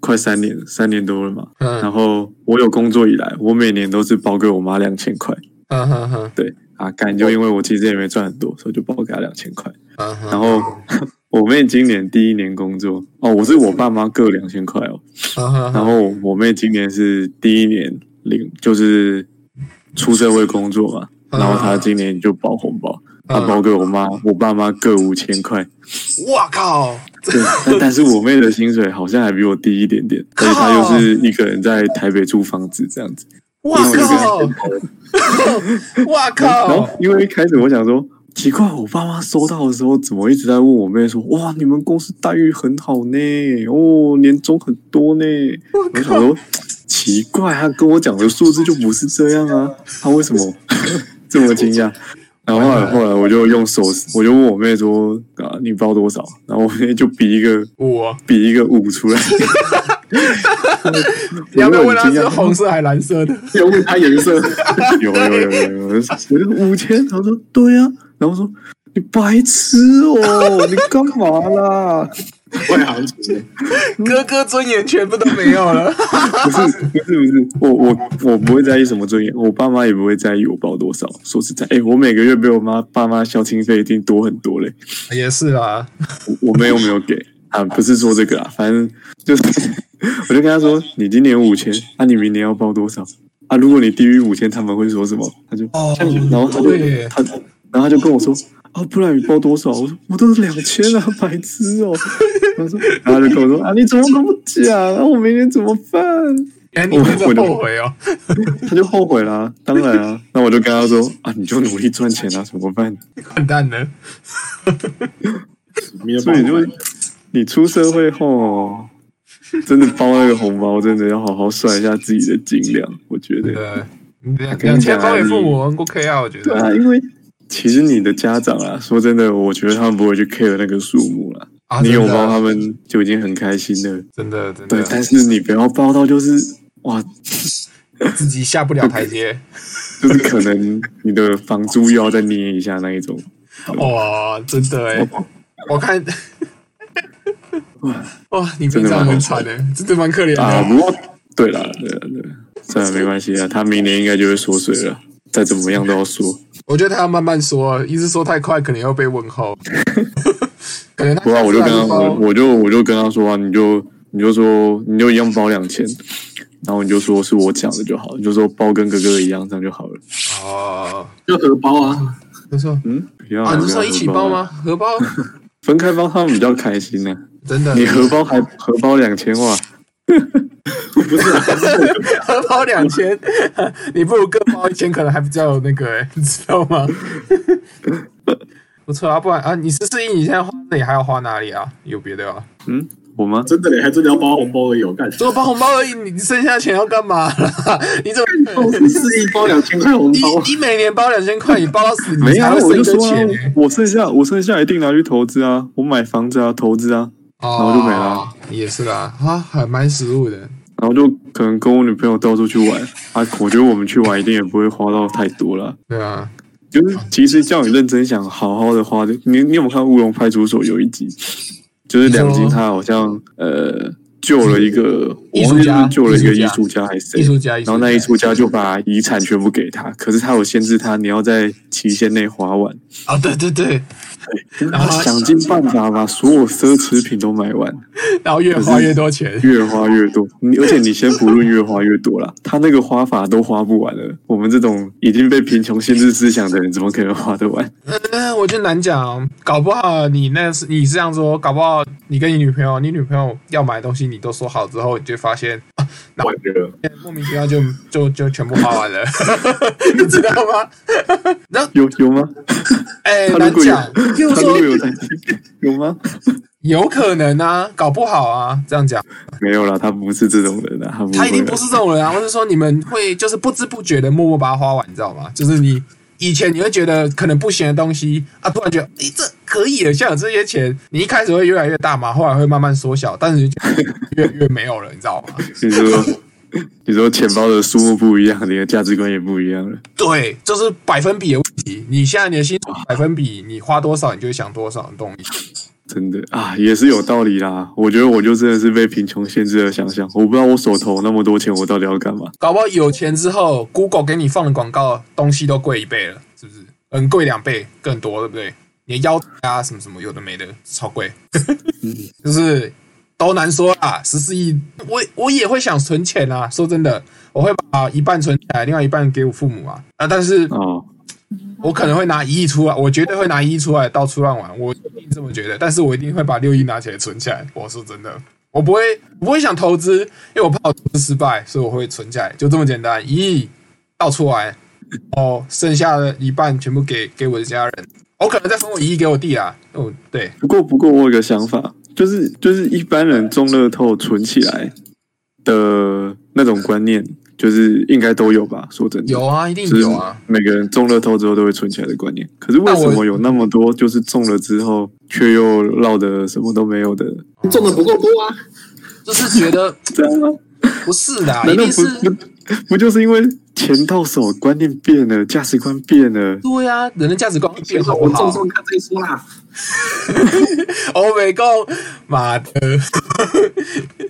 快三年，三年多了嘛。然
嗯
后我有工作以来，我每年都是包给我妈两千块。
嗯哼哼
对啊，感
哦
就因为我其实也没赚很多，所以就包给她两千块。
嗯哼，
然后 *laughs* 我妹今年第一年工作哦，我是我爸妈各两千块哦。
嗯哼
然
哼，
后我妹今年是第一年领，就是出社会工作嘛。
嗯
然后她今年就包红包，她
嗯
包给我妈、我爸妈各五千块。
哇靠！
对，但但是我妹的薪水好像还比我低一点点，而且她又是一个人在台北租房子这样子。
哇靠！ *laughs* 哇
然后
靠！
因为一开始我想说，奇怪，我爸妈收到的时候怎么一直在问我妹说，哇，你们公司待遇很好呢，哦，年终很多呢。我想说，奇怪，他跟我讲的数字就不是这样啊，他为什么 *laughs* 这么惊讶？然后后来后来我就用手，我就问我妹说啊，你包多少？然后我妹就比一个
我
比一个五
*laughs*
出来。
你要不要
我
问
就
他
很惊
是
讶
红色还蓝色的？
要问他颜色，
有有有有有，我就五千，他说对啊，然后说你白痴哦，你干嘛啦？
外行情。
哥哥尊严全部都没有了。 *laughs*
不是不是不是，我我我不会在意什么尊严，我爸妈也不会在意我包多少。说实在，哎、我每个月比我妈爸妈孝亲费一定多很多嘞，
也是啊，
我我没有没有给啊，不是说这个啊，反正就是，我就跟他说，你今年五千，啊，你明年要包多少？啊，如果你低于五千，他们会说什么？他就
哦
然后他就
对耶
他，然后他就跟我说啊，不然你包多少？我说我都是两千啊，白痴哦。他说，然后他就跟我说啊，你怎么都不讲？啊，我明年怎么办？
哎，你真的后悔哦。 *laughs*
他就后悔啦、当然啊。那我就跟他说啊，你就努力赚钱啊，怎么办？
完蛋了，
没有
所
办
以
法
你就你出社会后，真的包那个红包，真的要好好算一下自己的斤两，我觉得。
对，两两千包给父母很 OK 啊，我觉
对啊，
得。
因为其实你的家长啊，说真的，我觉得他们不会去 care 那个数目啦。
啊啊
你有
真的
包，他们就已经很开心了。
真的真
对，但
的
是你不要包到就是哇，
自己下不了台
*laughs*
阶。
就是可能你的房租又要再捏一下那一种。哦
哇，真的
*laughs*
哎，我看，哇，你平常很惨 *laughs* 哎，真的蛮可怜
啊，
的。
不过对啦，对啦，对啦，算了，没关系啊，他明年应该就会缩水了，再怎么样都要缩。
我觉得他要慢慢说，啊一直说太快，可能要被问
*laughs*
候。可能他
不然我就跟他，
下次还
我
是包啊
我就我就跟他说啊，你就你就说你就一样包两千，然后你就说是我讲的就好，你就说包跟哥哥一样，这样就好了。
哦，
就荷包啊，
没错
嗯，不要
啊，你是说
不要
一起
合
包
啊
吗？荷包
分开包他们比较开心呢、
真的，
*laughs* 你荷包还荷包两千哇，
不是啊，
荷包两千，你不如各包一千，可能还比较有那个、欸，你知道吗？不错啊，不然啊，你十四亿，你现在花那里还要花哪里啊？有别的啊？
嗯，我吗？
真的嘞，还真的要包红包而已，我干。
除了包红包而已，你剩下钱要干嘛啦？ *laughs* 你怎
*laughs*
么？
十四亿包两千块红
你
包，啊
你每年包两千块，你包到死，
没
你
有
才
啊，
会剩
我就
一堆
说、
钱、
啊
欸。，
*laughs* 我剩下我剩下一定拿去投资啊，我买房子啊，投资啊，
哦，
然后就没了。啊
也是啦，啊，还蛮实务的。
然后就可能跟我女朋友到处去玩啊。我觉得我们去玩一定也不会花到太多啦。
对啊，
就是其实叫你认真想，好好的花的。你你有没有看《乌龙派出所》有一集？就是梁静她好像呃救了一个
艺术家
我忘记是救了一个艺术家还是谁
艺？术家，艺术
然
家
后那艺术家就把遗产全部给他，可是他有限制他，你要在期限内花完，
啊，对对对，然后
想尽办法把所有奢侈品都买完。
然后越花越多钱。
*laughs* 越花越多，你而且你先不论越花越多啦， *laughs* 他那个花法都花不完了。我们这种已经被贫穷限制思想的人，怎么可能花得完？ *laughs*
嗯，我就难讲，搞不好你那是你是这样说，搞不好你跟你女朋友，你女朋友要买的东西你都说好之后，你就发现 *laughs* 啊，那
我觉得
莫名其妙就就就全部花完了， *laughs* 你知道吗？
有
*laughs*
有吗？
哎、
他
难
如果有，
讲，
他如果有在听， *laughs* 有吗？
有可能啊，搞不好啊，这样讲，
没有啦，他不是这种人啊，他不会啊
他一定不是这种人啊。我是说，你们会就是不知不觉的默默把它花完，你知道吗？就是你以前你会觉得可能不行的东西啊，突然觉得诶、这可以了，像有这些钱，你一开始会越来越大嘛，后来会慢慢缩小，但是你就觉得越越没有了，你知道吗？
你说，你说钱包的数目不一样，你的价值观也不一样了。
对，就是百分比的问题。你现在你的薪水百分比，你花多少，你就会想多少，你懂我意思？
真的啊，也是有道理啦。我觉得我就真的是被贫穷限制了想象，我不知道我手头那么多钱，我到底要干嘛。
搞不好有钱之后，Google 给你放的广告东西都贵一倍了，是不是？嗯，贵两倍更多，对不对？你的腰带啊，什么什么有的没的，超贵， *laughs* 就是都难说啦。十四亿，我我也会想存钱啊。说真的，我会把一半存起来，另外一半给我父母啊。啊，但是
哦，
我可能会拿一亿出来，我绝对会拿一亿出来到处乱玩，我一定这么觉得。但是我一定会把六亿拿起来存起来。我说真的，我不会，我不会想投资，因为我怕我投资失败，所以我会存起来，就这么简单。一亿到处玩，哦，剩下的一半全部给给我的家人。我可能再分我一亿给我弟啦。哦，对，
不过不过我有个想法，就是就是一般人中乐透存起来的那种观念，就是应该都有吧？说真的，
有啊，一定
就是
有啊。
每个人中乐透之后都会存起来的观念。可是为什
但我
么有那么多就是中了之后却又落得什么都没有的？
*laughs* 中的不够多啊，
就是觉得
这样吗？
不是的啊，
难
一
道
定
不
是
不不就是因为钱到手，观念变了，价值观变了？
对啊，人的价值观会变好
我
不
中
好？
中看再说啦，
欧美共，Oh 妈的，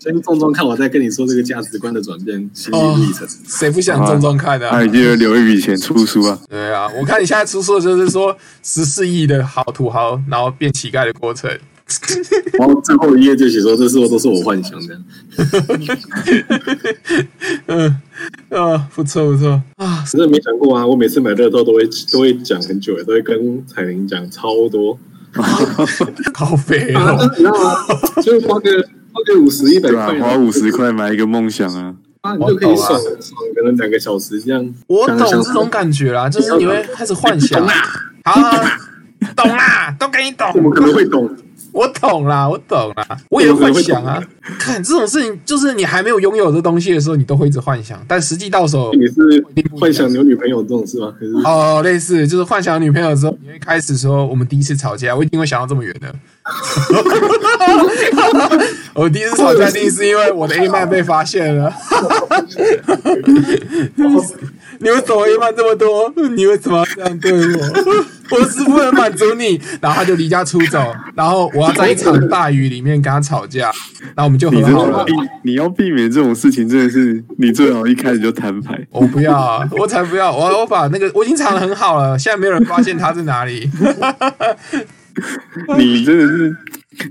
先中中看，我再跟你说这个价值观的转变心理历程。
谁不想中中看的、啊
他？已经有留一笔钱出书啊，
对啊，我看你现在出书的就是说十四亿的好土豪，然后变乞丐的过程。 *laughs*
然后最后一页就写说，这是我都是我幻想的。
嗯，啊，不错不错，
真的没想过啊！我每次买乐透都会都会讲很久，都会跟彩玲讲超多。
好肥
啊，
哦！
但是 *laughs* 你知道吗？就是花个花个五十一百
对吧、
块，
花五十块买一个梦想啊，
啊，你就可以爽爽可能两个小时这样。
我懂这种感觉啦，就是你会开始幻想。好啊，懂啦，都给你懂
觉，。我们可能会懂。
我懂啦，我懂啦，我也会幻想啊。看这种事情，就是你还没有拥有这东西的时候，你都会一直幻想，但实际到手，
你是幻想有女朋友这种事吗？可是
哦，类似就是幻想女朋友之后，你会开始说我们第一次吵架，我一定会想到这么远的。 *laughs* 我第一次吵架，第一次因为我的 A 曼被发现了。 *laughs* 你为什么 A 曼这么多？你为什么要这样对我？我是不能满足你，然后他就离家出走，然后我要在一场大雨里面跟他吵架，然后我们就
你
和
真
好
的
了
避。，你要避免这种事情，真的是你最好一开始就摊牌。
我不要啊，我才不要！我我把那个我已经藏得很好了，现在没有人发现他在哪里。。
你真的是，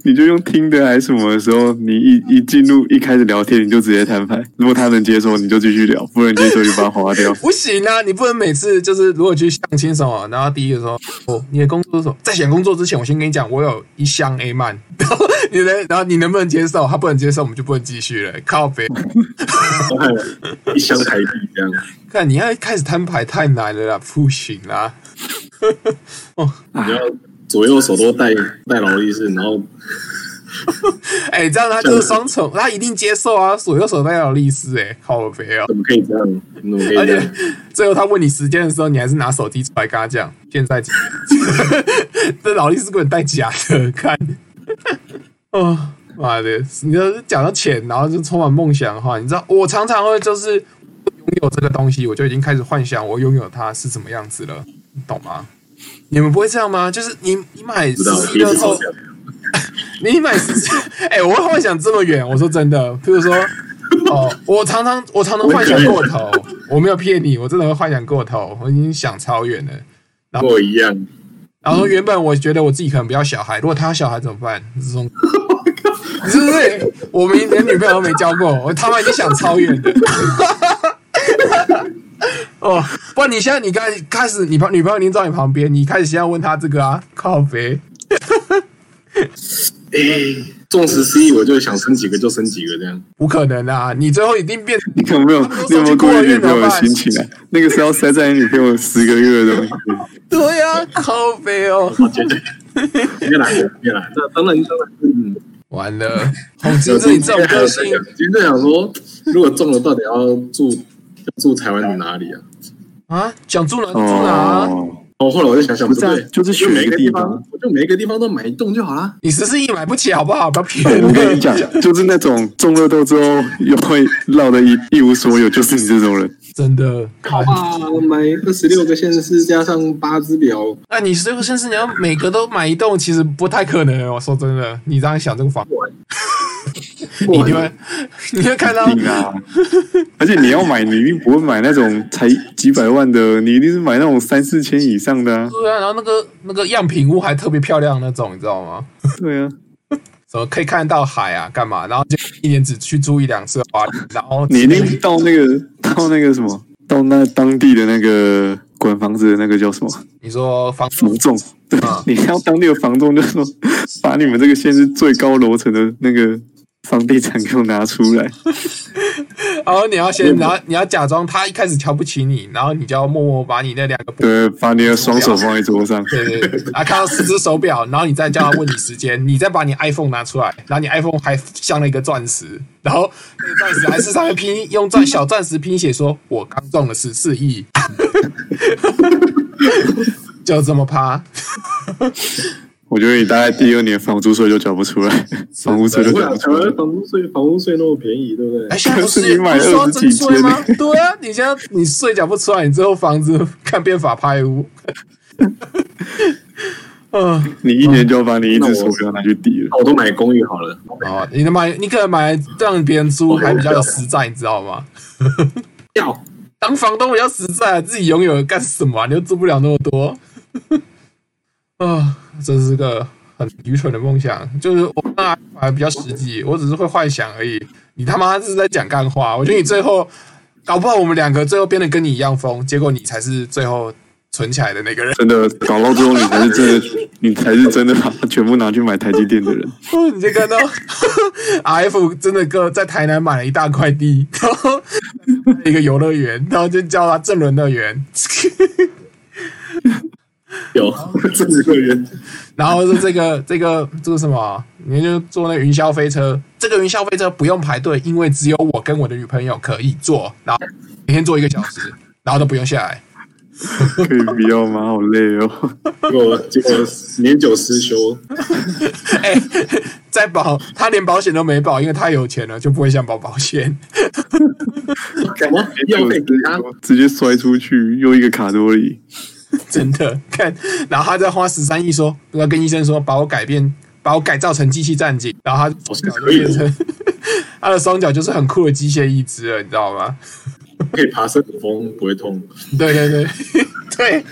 你就用听的还是什么的时候，你一一进入一开始聊天，你就直接摊牌。如果他能接受，你就继续聊；不能接受，就把它划掉
不行啊，你不能每次就是如果去相亲什么，然后第一个说哦，你的工作是什么？在选工作之前，我先跟你讲，我有一箱 A 曼， *laughs* 然后你能，然后你能不能接受？他不能接受，我们就不能继续了。靠北，
我还有一箱台币这 *laughs* 样，
看你要开始摊牌太难了啦，不行啦。
你要左右手都戴戴劳力士，然后
哎、这样他就是双重，他一定接受啊，左右手都要有力士、哎，靠北哦。
怎么可以这样？怎么可以
而
这
且
样？
*laughs* 最后他问你时间的时候，你还是拿手机出来跟他讲现在几点？ *laughs* 这劳力士棍带假的，看， *laughs* 哦，妈的！你要是讲到钱，然后就充满梦想的话，你知道哦我常常会就是拥有这个东西，我就已经开始幻想我拥有它是什么样子了，你懂吗？你们不会这样吗？就是你你买
不知道，
十
第一
乐
次抽
透，
奖，
你买十 *laughs* 四，哎、我会幻想这么远。我说真的，譬如说，哦，我常常我常常幻想过头，我没有骗你，我真的会幻想过头，我已经想超远了。
跟我一样。
然后说原本我觉得我自己可能不要小孩，如果他要小孩怎么办？这种，是不是？我们连女朋友都没交过，我他妈已经想超远的。 *laughs* 哦，不然你现在你刚才开始，你旁女朋友已经在你旁边，你开始现在问她这个啊，靠肥，
诶，纵使 C 我就想生几个就生几个这样。
不可能啊，你最后一定变成
你有
*laughs*
没有
他们都
你有没有顾
上去过了
虑女朋友
怎么
的
办
心情啊？那个是要塞在你女朋友十个月的东西。
对
*laughs*
呀、啊，靠肥哦，
好，绝对。别来，别来，这当然当然，嗯，
完
*laughs*
了，洪志自己这种个性，
今天在想说，如果中了，到底要住要住台湾的哪里啊？
啊，想住哪住哪、
哦，
哦，后来我就想想，
不是啊
对，
就是选
每
一
个
个地方
方，我就每个地方都买一栋就好啦。
你十四亿买不起好不好？不要骗
*laughs* 对我跟
人。
你讲，就是那种中乐透之后又会落得一一无所有，就是你这种人。
*laughs* 真的。
好吧，我啊买二十六个县市加上八只表，
那、啊你这个先是你要每个都买一栋，其实不太可能。我哦说真的，你这样想这个房，你你们 *laughs* 你会看到
定啊！而且你要买，你一定不会买那种才几百万的，你一定是买那种三四千以上的啊。
对啊，然后那个那个样品屋还特别漂亮那种，你知道吗？
对啊，
什么可以看得到海啊，干嘛？然后就一年只去住一两次花莲，然后
你一定到那个到那个什么，到那当地的那个管房子的那个叫什么
你说房
房仲，对
啊，
你要当地的房仲就说，把你们这个县是最高楼层的那个房地产给我拿
*laughs*
出来。
然后你要先，然后你要假装他一开始瞧不起你，然后你就要默默把你那两个
*laughs*
不
对，啊把你的双手放在桌上。
对对对，啊，看到四只手表，然后你再叫他问你时间，你再把你 iPhone 拿出来，然后你 iPhone 还镶了一个钻石，然后那个钻石还是上面拼用钻小钻石拼写说“我刚中了十四亿”， *laughs* 就这么趴。
我觉得你大概第二年房租税就缴不出来，房屋税就
不
缴
了，
不
台
出来
湾。房屋税房屋税那么便宜，对不对
哎，？现在不
可是
是
你买
不是说
二十几
真税
间
吗？对啊，你现在你税缴不出来，你最后房子看变法拍屋。嗯，
你一年就要把你一只手表拿去抵了。
那我都买公寓好了。
哦，你能买，你可能买让别人租还比较有实在，你知道吗？
要
当房东比较实在，自己拥有干什么、啊？你又住不了那么多。 *laughs* 啊，这是个很愚蠢的梦想，就是我那还比较实际，我只是会幻想而已。你他妈是在讲干话！我觉得你最后搞不好我们两个最后变得跟你一样疯，结果你才是最后存起来的那个人。
真的搞到最后，你才是真的，你才是真的把它全部拿去买台积电的人。
*laughs* 你就看到 R F 真的哥在台南买了一大块地，然后一个游乐园，然后就叫他正伦乐园。 *laughs*
有 *laughs* 这么个人，
然后是这个这个这个什么，啊你就坐那云霄飞车。这个云霄飞车不用排队，因为只有我跟我的女朋友可以坐，然后每天坐一个小时，然后都不用下来。
可以不要吗？好累哦。
结果结果年久失修，
哎、再保他连保险都没保，因为太有钱了，就不会想保保险。
什么要费给他？
直接摔出去，又一个卡多里。
*laughs* 真的看，然后他再花十三亿说要跟医生说把我改变，把我改造成机器战警，然后他
我
双脚就变成 *laughs* 他的双脚就是很酷的机械义肢了，你知道吗？ *laughs*
可以爬山顶峰不会痛，
对对
*laughs*
对对，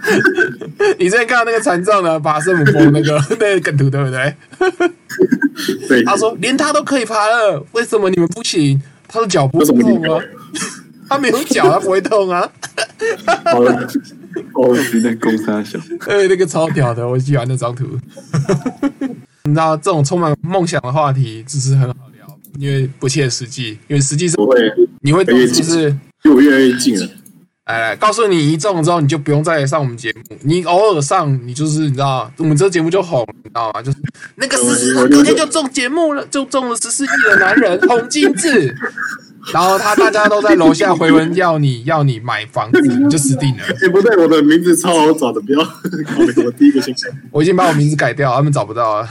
*laughs* 你之前看到那个残障的爬圣母峰那个 *laughs* 那个梗图对不对？
对，
他说连他都可以爬了，为什么你们不行？他的脚不
有什么理
痛吗
由？？
他没有脚，他不会痛啊。
好了，哦，
你在攻杀小，
*laughs* 呃，那个超屌的，我喜欢那张图。 *laughs* 你知道这种充满梦想的话题，就是很好聊，因为不切实际。因为实际上
不会，
你会就是哎
离我越来越近了。
来来，告诉你一中之后，你就不用再上我们节目。你偶尔上，你就是你知道，我们这节目就红，你知道吗？就是那个十四，隔天就中节目了，就中了十四亿的男人洪金志。然后他大家都在楼下回文要你要你买房子，你就死定了。
哎，不对，我的名字超好找的，不要考虑我第一个先看。
我已经把我名字改掉，他们找不到了。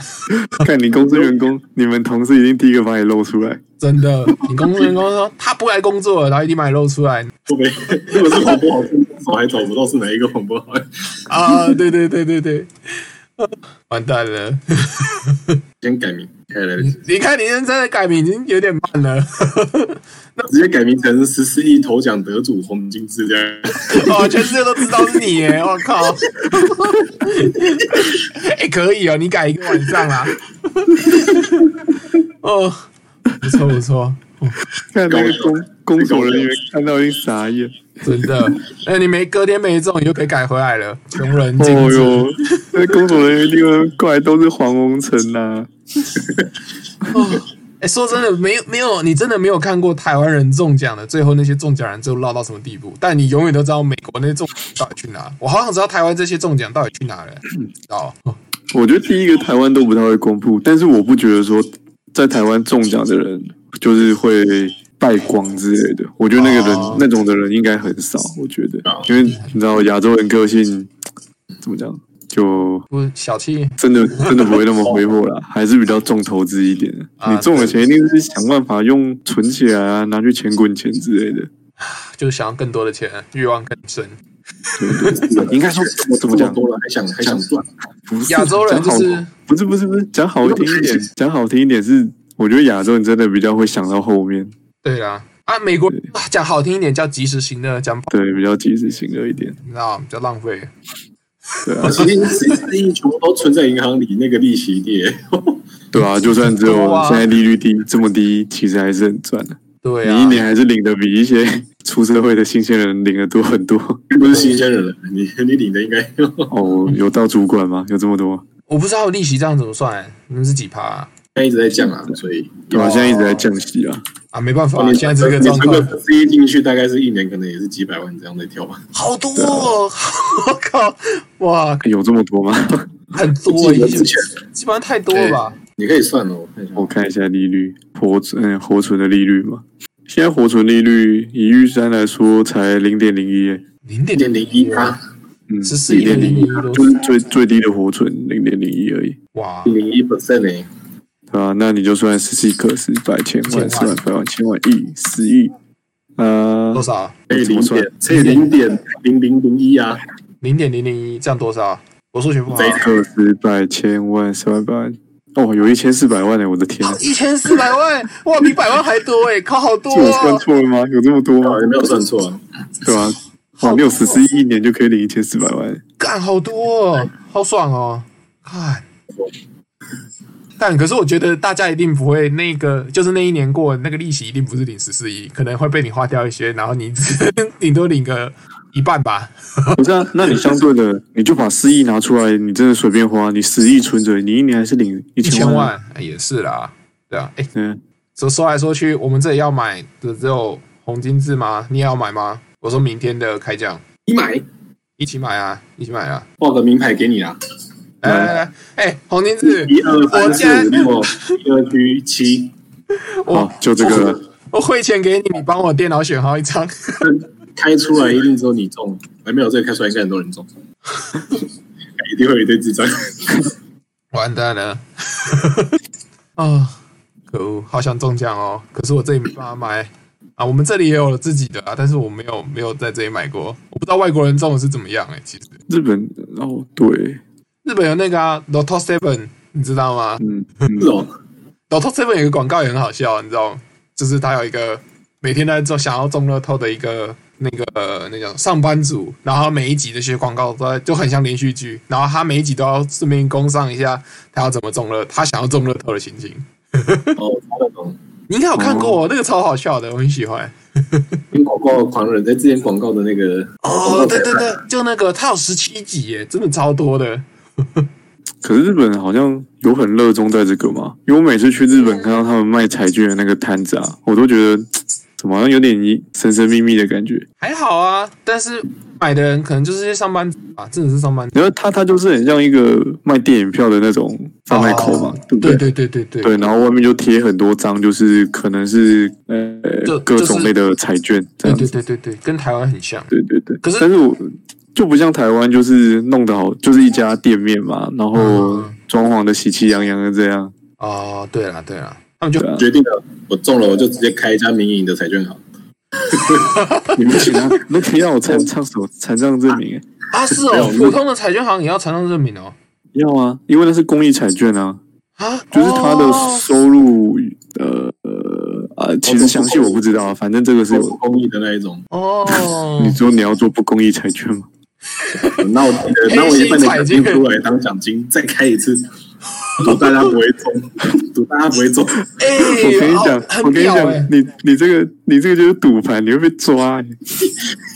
看你公司员工，你们同事一定第一个把你露出来。
真的，你公司员工 *laughs* 说他不来工作了，然后一定把你露出来
我没，如果是黄渤好听，我还找不到是哪一个黄渤好听。
啊！对对对对对，完蛋了！ *laughs*
先改名，可以来得及，
你看你现在的改名已经有点慢了， *laughs*
直接改名成十四亿头奖得主洪金志这样。
哦，全世界都知道是你
*laughs*
耶！我靠， *laughs* 哎、可以哦，啊 *laughs* 你改一个晚上啦。哦，不错不错，
看那个工工作人员看到一定傻眼。
真的。那你没隔天没中，你就可以改回来了，穷人禁
哦
止。
哟，那工作人员一定会过来都是黄宏成呐、
*laughs* 哎、说真的，没有没有，你真的没有看过台湾人中奖的，最后那些中奖人最后落到什么地步？但你永远都知道美国那些中奖到底去哪。我好想知道台湾这些中奖到底去哪 *laughs* 了，知道？哦
我觉得第一个台湾都不太会公布，但是我不觉得说在台湾中奖的人就是会败光之类的。我觉得那个人、
哦
那种的人应该很少，我觉得
啊
哦，
因为你知道亚洲人个性怎么讲，就
不小气
真的 *laughs* 真的不会那么挥霍
*laughs*
啦，还是比较重投资一点。
啊
你中了钱一定是想办法用存起来啊，拿去钱滚钱之类的。
就是想要更多的钱，欲望更深。
应该说我怎么
这
讲
么？多了还想还想赚，
不是
亚洲人就
讲
是
好不是不是不是讲好听一点，讲好听一点是，我觉得亚洲人真的比较会想到后面，
对啦，啊，美国人啊讲好听一点叫及时行乐，讲
对，比较及时行乐一点，
你知道比较浪费。
对啊
啊，其实其实利益全部都存在银行里，那个利息低， *laughs*
对啊，就算只有
多啊
现在利率低这么低，其实还是很赚的，
对
你一
啊，
年还是领的比一些 *laughs* 出社会的新鲜人领的多很多。
不是新鲜人了，你你领的应该 *laughs*
哦，有到主管吗？有这么多？
我不知道利息这样怎么算，你们是几趴啊？
现在一直在降啊，所以
对啊，
哦
现在一直在降息啊，
啊没办法，
你
现在这个
你
状
存个
况
粉丝一进去，大概是一年可能也是几百万这样在跳吧。
好多哦， *laughs* 我靠，哇，
有这么多吗？ *laughs*
很多
我记
耶，
得之前
基本上太多了吧？
你可以算哦，我看一下
我看一下利率，活存嗯活存的利率嘛，现在活存利率以玉山来说才零点零一，
零
一
点
点零一趴，
嗯，
14
零点零
0.01
一啊
都，
就是最最低的活存零点零一而已，
哇，
零一 percent 呢，
对啊，那你就算十四克是百千万十万百万千万亿十亿，呃
多，少？
乘以
怎
零
么算
点乘以零点零零零一啊，
零点零零一，这样多少？啊我数学不好
贼。
克十百千万十万百万，哦，有一千四百万呢，我的天啊，
一千四百万，哇，比百万还多哎，靠，好多
是我算
哦！
错了吗？有这么多吗
哇，？有没有算错啊？
对吧、啊？哇，你有十四亿一年就可以领一千四百万，
干，好多哦，好爽哦！看，但可是我觉得大家一定不会那个，就是那一年过那个利息一定不是领十四亿，可能会被你花掉一些，然后 *laughs* 你只顶多领个一半吧。
不是啊？那你相对的，你就把四亿拿出来，你真的随便花，你十亿存着，你一年还是领一
一千
万啊，
万哎也是啦，对啊，哎，
嗯，
所说来说去，我们这里要买的只有红金字吗？你也要买吗？我说明天的开奖
你买，
一起买啊，一起买啊！
报个名牌给你啊，
来来来，哎，黄金子，
一二
我
三四
家
五六一二七七，
我
哦
好，就这个了。
我汇钱给你，你帮我电脑选好一张。
开出来一定只有你中，还没有这个开出来应该很多人中，一定会有一堆智障。
完蛋了，啊、可恶，好想中奖哦，可是我这里没办法买啊。我们这里也有自己的啊，但是我没有没有在这里买过，我不知道外国人中的是怎么样哎、其实
日本哦，对，
日本有那个啊，Lotto Seven，你知道吗？
嗯，嗯
是哦，
Lotto Seven 有一个广告也很好笑，你知道吗？就是他有一个每天在中想要中乐透的一个那个呃那种上班族，然后他每一集这些广告都在就很像连续剧，然后他每一集都要顺便工上一下他要怎么中乐，他想要中乐透的心情。
哦，他那种
你应该有看过、
哦
那个超好笑的，我很喜欢。
跟广告狂人在之前广告的那个
哦，对对对，就那个他有十七集耶，真的超多的。
可是日本好像有很热衷在这个嘛，因为我每次去日本看到他们卖彩券的那个摊子啊，我都觉得怎么好像有点一神神秘秘的感觉。
还好啊，但是买的人可能就是些上班族啊，真的是上班族。
然后他他就是很像一个卖电影票的那种贩卖口嘛，哦对不
对
对？
哦对对对对
对，然后外面就贴很多张，就是可能是
就
呃各
就
种
是
类的彩券这
对
样子
对。对对对，跟台湾很像。
对对对，
可是
但是我就不像台湾，就是弄得好，就是一家店面嘛，然后
嗯
装潢的喜气洋洋的这样。
哦，对了对了，他们就
对啊
决定了，我中了我就直接开一家民营的彩券行。
你不行啊，那个要我 *laughs* 残障手残障证明、欸，
啊是哦，普通的彩券行也要传上证明哦。
要啊，因为那是公益彩券啊，
啊，
就是他的
哦
收入，呃呃啊，其实详细我不知道啊，反正这个是
做
有，
公益的那一种。
哦
你说你要做不公益彩券吗？
那我记得，那我也把你奖金出来当奖金，再开一次。赌大家不会中，赌大家不会中。
哎、
我跟你
好
讲，
很
我跟你
屌
讲
哎、，
你你这个你这个就是赌盘，你会被抓、欸。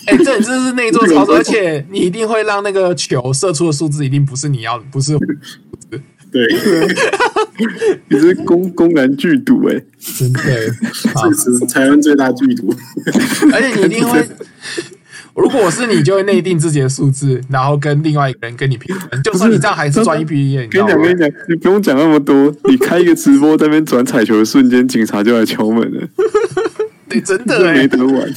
哎、这你这是内做
这个
操作，
我
而且你一定会让那个球射出的数字一定不是你要的，不是
对，
你这是公公然拒赌哎、
真的。好
这个是台湾最大剧毒。
而且你一定会，如果我是你，就会内定自己的数字，然后跟另外一个人跟你平分，就算你这样还是赚一笔业，你知
跟
道
你
吗
讲，？跟你讲，你不用讲那么多，你开一个直播在那边转彩球的瞬间，警察就来敲门了，
对，真的
这
哎、
没得玩。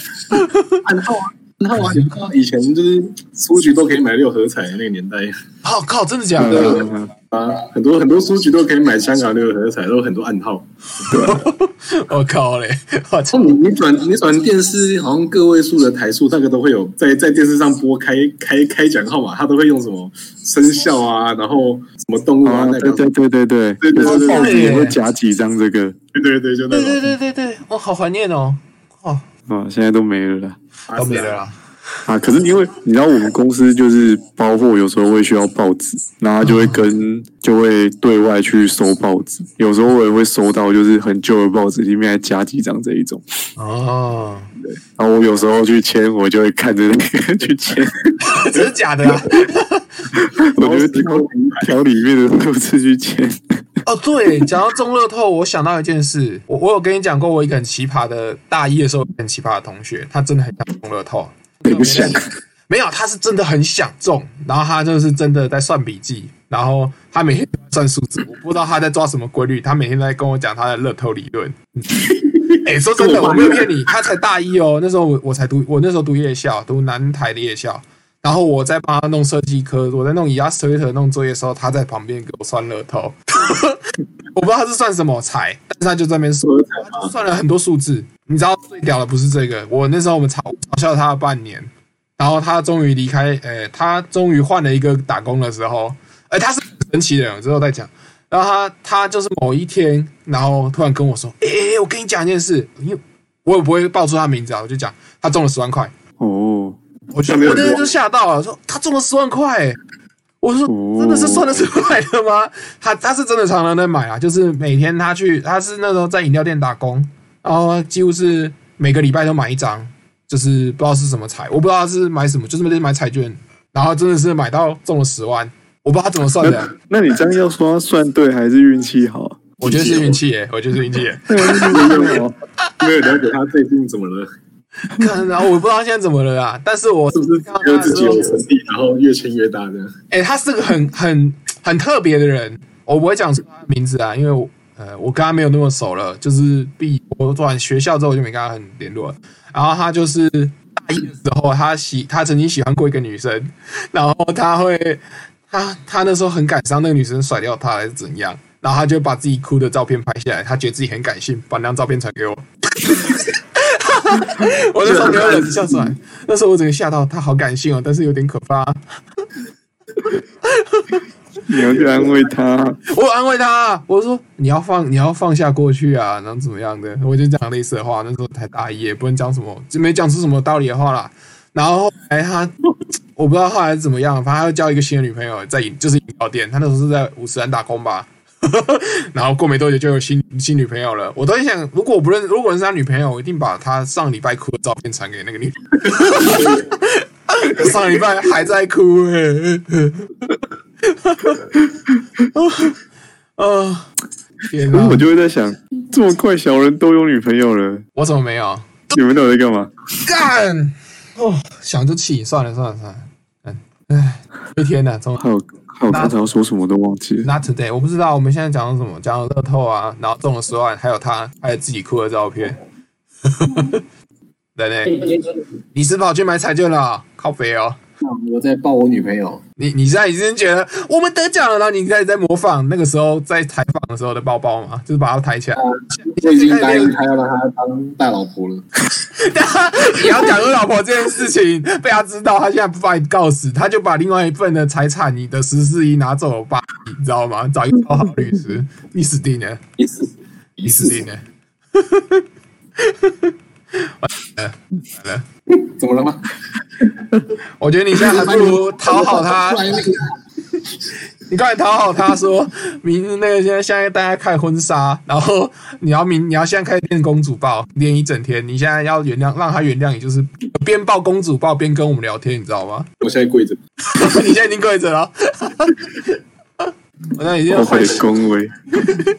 暗号啊，暗号啊！你知道以前就是书局都可以买六合彩的那个年代
好、靠，真的假
嗯
的？
嗯嗯
啊，很多很多书局都可以买香港六合彩，都有很多暗
哦
号。
我、靠嘞！我操
哦，你你转你转电视，好像个位数的台数，大概都会有在在电视上播开开开奖号码，他都会用什么生肖啊，然后什么动物啊
哦
啊，
那
对
个，
对对对
对
对，
对对对
报纸也会夹几张这个
对对对，就那
对对
种
对对对，我、好怀念哦！哇，
啊，现在都没了啦。
啊
都没
是
了
啊
啦。
啊，可是因为你知道我们公司就是包货，有时候会需要报纸，然后他就会跟就会对外去收报纸，有时候我也会收到就是很旧的报纸，里面还夹几张这一种。
哦，
然后我有时候去签，我就会看着那个去签，
*laughs* 真的假的啊？
我就会挑挑里面的数字去签。
*laughs* 哦，对，讲到中乐透，我想到一件事，我我有跟你讲过，我一个很奇葩的大一的时候，很奇葩的同学，他真的很想中乐透，
不想
没有，他是真的很想中，然后他就是真的在算笔记，然后他每天算数字，我不知道他在抓什么规律，他每天在跟我讲他的乐透理
*laughs*
论。哎、说真的，我没有骗你，他才大一哦，那时候我我才读，我那时候读夜校，读南台的夜校，然后我在帮他弄设计科，我在弄 Illustrator 弄作业的时候，他在旁边给我算乐透，我不知道他是算什么财，但是他就在那边算
六合彩
他就
嘛，
算了很多数字。你知道最屌的不是这个，我那时候我们嘲嘲笑他了半年，然后他终于离开，呃，他终于换了一个打工的时候，哎、他是很神奇的人，我之后再讲。然后他他就是某一天，然后突然跟我说，哎、哎、哎我跟你讲一件事，因为我也不会报出他名字啊，我就讲他中了十万块，
哦，
我就
那没有
我那
人
天
中
就吓到了，说他中了十万块、欸我说
哦
真的是算得出来的吗？他他是真的常常在买啊，就是每天他去，他是那时候在饮料店打工，然后几乎是每个礼拜都买一张，就是不知道是什么彩，我不知道他是买什么，就是每天买彩券，然后真的是买到中了十万，我不知道他怎么算的，
那你这样要说他算对还是运气好啊？
我觉得是运
哦
气耶，我觉得是运气耶。 *laughs*
对啊就是运气好
没有了解他最近怎么了，
看，然后我不知道他现在怎么了啊，但是我
是不是觉得自己有神力，然后越签越大这样？
哎、他是个很很很特别的人，我不会讲出他的名字啊，因为我呃，我跟他没有那么熟了，就是毕我转学校之后我就没跟他很联络了。然后他就是大一的时候，他喜他曾经喜欢过一个女生，然后他会他他那时候很感伤，那个女生甩掉他还是怎样，然后他就把自己哭的照片拍下来，他觉得自己很感性，把那张照片传给我。 *laughs* 我那时候没有忍笑出来，那时候我整个吓到，他好感性哦，但是有点可怕。
你要去安慰他，
*laughs* 我有安慰他，啊我说你要放你要放下过去啊，然后怎么样的，我就讲类似的话。那时候才大一，也不能讲什么，就没讲出什么道理的话啦。然后后来他，我不知道后来是怎么样，反正他又交一个新的女朋友，在饮就是饮料店，他那时候是在五十岚打工吧。然后过没多久就有新新女朋友了，我都在想，如果我不认，如果我是他女朋友，我一定把他上礼拜哭的照片传给那个女。上礼拜还在哭哎、呃，天
可是
哪
我！就会在想，这么快小人都有女朋友了，
我怎么没有？
你们到底在干嘛？
干！哦，想就气，算了算了算了，嗯，哎，一天呐，从
还有还有
那
刚才要说什么都忘记了。
Not today，我不知道我们现在讲的什么，讲乐透啊，然后中了十万，还有他还有自己哭的照片。奶奶，你是跑去买彩券了哦、靠肥哦！
我在抱我女朋友，
你你现在已经觉得我们得奖了，然后你开始在模仿那个时候在采访的时候的抱抱嘛，就是把它抬起来。 *laughs*
我已经答应他要让他当大老婆了。
你要讲出老婆这件事情被他知道，他现在不把你告死，他就把另外一份的财产，你的十四亿拿走吧，你知道吗？找一个超好律师，你死定了，
*laughs* 一次
你死定了。
怎么了吗？
我觉得你现在还不如讨好他
*laughs*
突，然那个
*laughs* 你快讨好他说，明那个现在现在大家看婚纱，然后你要明你要现在开始练公主抱，练一整天。你现在要原谅让他原谅你，就是边抱公主抱边跟我们聊天，你知道吗？ *laughs*
我现在跪着，
你现在已经跪着了， *laughs* 我那已经
我会恭维。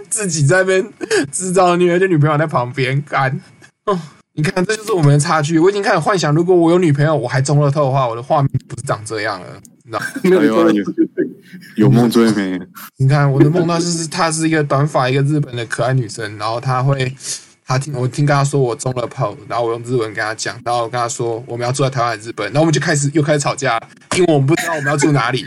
自己在那边制造虐，就女朋友在旁边干。哦，你看，这就是我们的差距。我已经开始幻想，如果我有女朋友，我还中乐透的话，我的画面不是长这样了。那
没有
哎呦哎
你
呦
说的对
有梦最美， *laughs*
你看，我的梦到就是她是一个短发一个日本的可爱女生，然后她会，她听我听跟她说我中了炮，然后我用日文跟她讲，然后我跟她说我们要住在台湾还是日本，然后我们就开始又开始吵架，因为我们不知道我们要住哪里。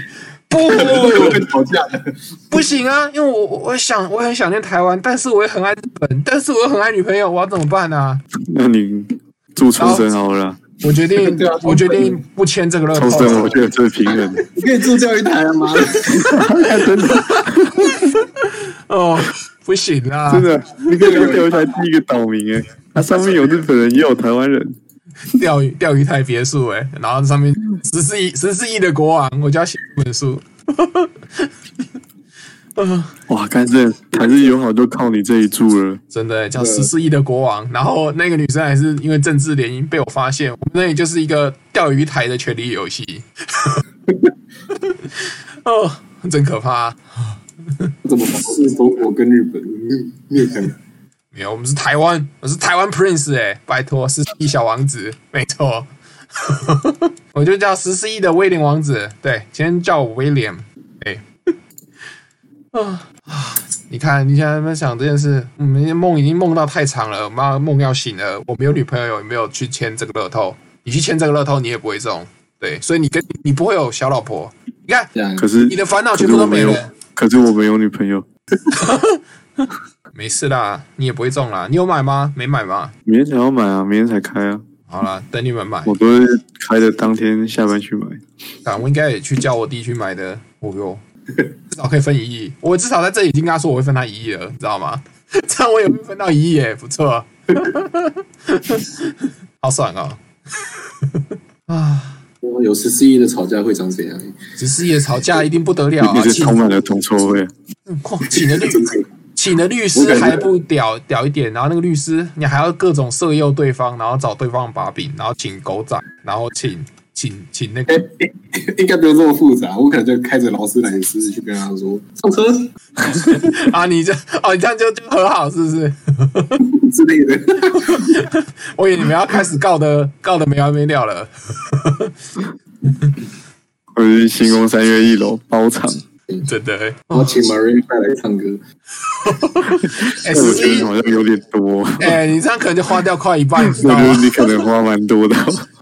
不，
会吵架的，
不行啊，因为我我我想我很想念台湾，但是我也很爱日本，但是我又很爱女朋友，我要怎么办啊？
那你住冲绳好了啦，
我决定
*laughs* 对啊，
我决定不签这个乐透
冲。绳我觉得最平衡。
*laughs* 你可以住教育台啊妈的，
哦，不行啊，
真的，你可以去钓鱼台第一个岛民哎，它上面有日本人，也有台湾人，
钓鱼钓鱼台别墅哎、然后上面十四亿十四亿的国王，我就要写这本书。
哇，干这台日友好就靠你这一注了。
真的、叫
对
十四亿的国王，然后那个女生还是因为政治联姻被我发现，我们那里就是一个钓鱼台的权力游戏， *laughs* 哦，真可怕、
怎么是中国跟日本？你你有看？
没有，我们是台湾，我是台湾 Prince 哎、拜托，十四亿小王子，没错， *laughs* 我就叫十四亿的威廉王子，对，今天叫我威廉，哎、啊 *laughs* 啊，你看你现在在那边想这件事，我们的梦已经梦到太长了，妈梦要醒了，我没有女朋友，也没有去签这个乐透，你去签这个乐透，你也不会中，对，所以你跟你不会有小老婆，你看
啊
这样
可是
你的烦恼
可
全
是
部
我
都没
没有
了。，
可是我没有女朋友，
没事啦，你也不会中啦。你有买吗？没买吗？
明天才要买啊，明天才开啊，
好啦，等你们买。
我都是开的当天下班去买。
啊，我应该也去叫我弟去买的，我哟，至少可以分一亿。我至少在这里已经跟他说我会分他一亿了，你知道吗？这样我也会分到一亿耶，不错，啊好爽哦！啊，
有十四亿的吵架会长怎 *laughs* 样？
只是也吵架一定不得了
里
啊！
面是
请
充满了铜臭味，
哇 *laughs* 请
*laughs*
的律
真的
请的律
我
师
感觉
还不屌屌一点，然后那个律师你还要各种色诱对方，然后找对方把柄，然后请狗仔，然后请请请那个
哎、哎应该不用这么复杂，我可能就开着劳斯莱斯去跟他说上车
啊，你这哦，你这样就就和好是不是？ *laughs*
之类
*laughs*
的。
我以为你们要开始告的，告的没完没了了。
我是星光三月一楼包场，
真的、欸，
然后请 Marie 快来唱歌，
哎、
但我
十
觉
四亿
得，好像有点多，
哎，你这样可能就花掉快一半，你知
我
道
觉得
吗？
你可能花蛮
*laughs*
多的。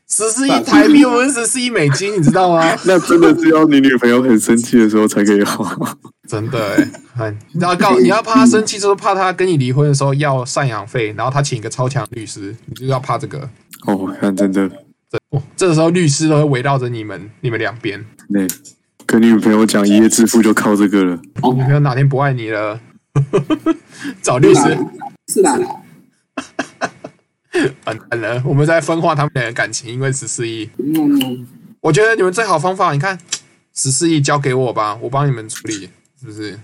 十四亿台币，我们十四亿美金，你知道吗？
那真的是要你女朋友很生气的时候才可以花。
真的、欸，哎，你要告，你要怕他生气，就是怕他跟你离婚的时候要赡养费，然后他请一个超强律师，你就要怕这个。
哦，看真的，
哦，这个时候律师都会围绕着你们，你们两边。
对，跟你女朋友讲一夜致富就靠这个了。
女
哦
朋友哪天不爱你了， *laughs* 找律师
啊
是啦，
完蛋了。我们在分化他们两个感情，因为十四亿。
嗯，
我觉得你们最好方法，你看十四亿交给我吧，我帮你们处理，是不是？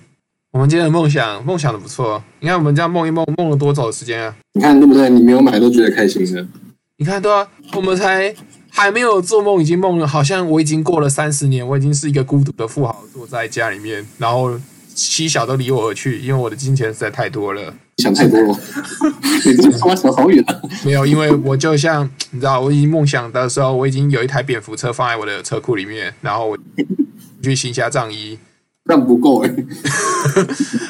我们今天的梦想，梦想的不错。你看我们这样梦一梦，梦了多久的时间啊？
你看对不对？你没有买都觉得开心的，
你看，对啊，我们才还没有做梦，已经梦了，好像我已经过了三十年，我已经是一个孤独的富豪，坐在家里面，然后妻小都离我而去，因为我的金钱实在太多了。
你想太多
*laughs*
了，你这个他妈想好远啊！
没有，因为我就像你知道，我已经梦想的时候，我已经有一台蝙蝠车放在我的车库里面，然后我去行侠仗义，
但不够哎、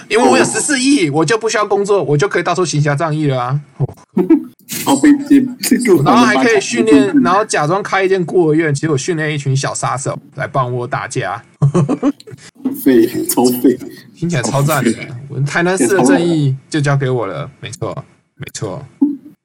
因为我有十四亿，我就不需要工作，我就可以到处行侠仗义了啊！
然后被被，
然哦后还可以训练，然后假装开一间孤儿院，其实我训练一群小杀手来帮我打架，
费超费，
听起来超赞的。我们台南市的正义就交给我了，没错，没错。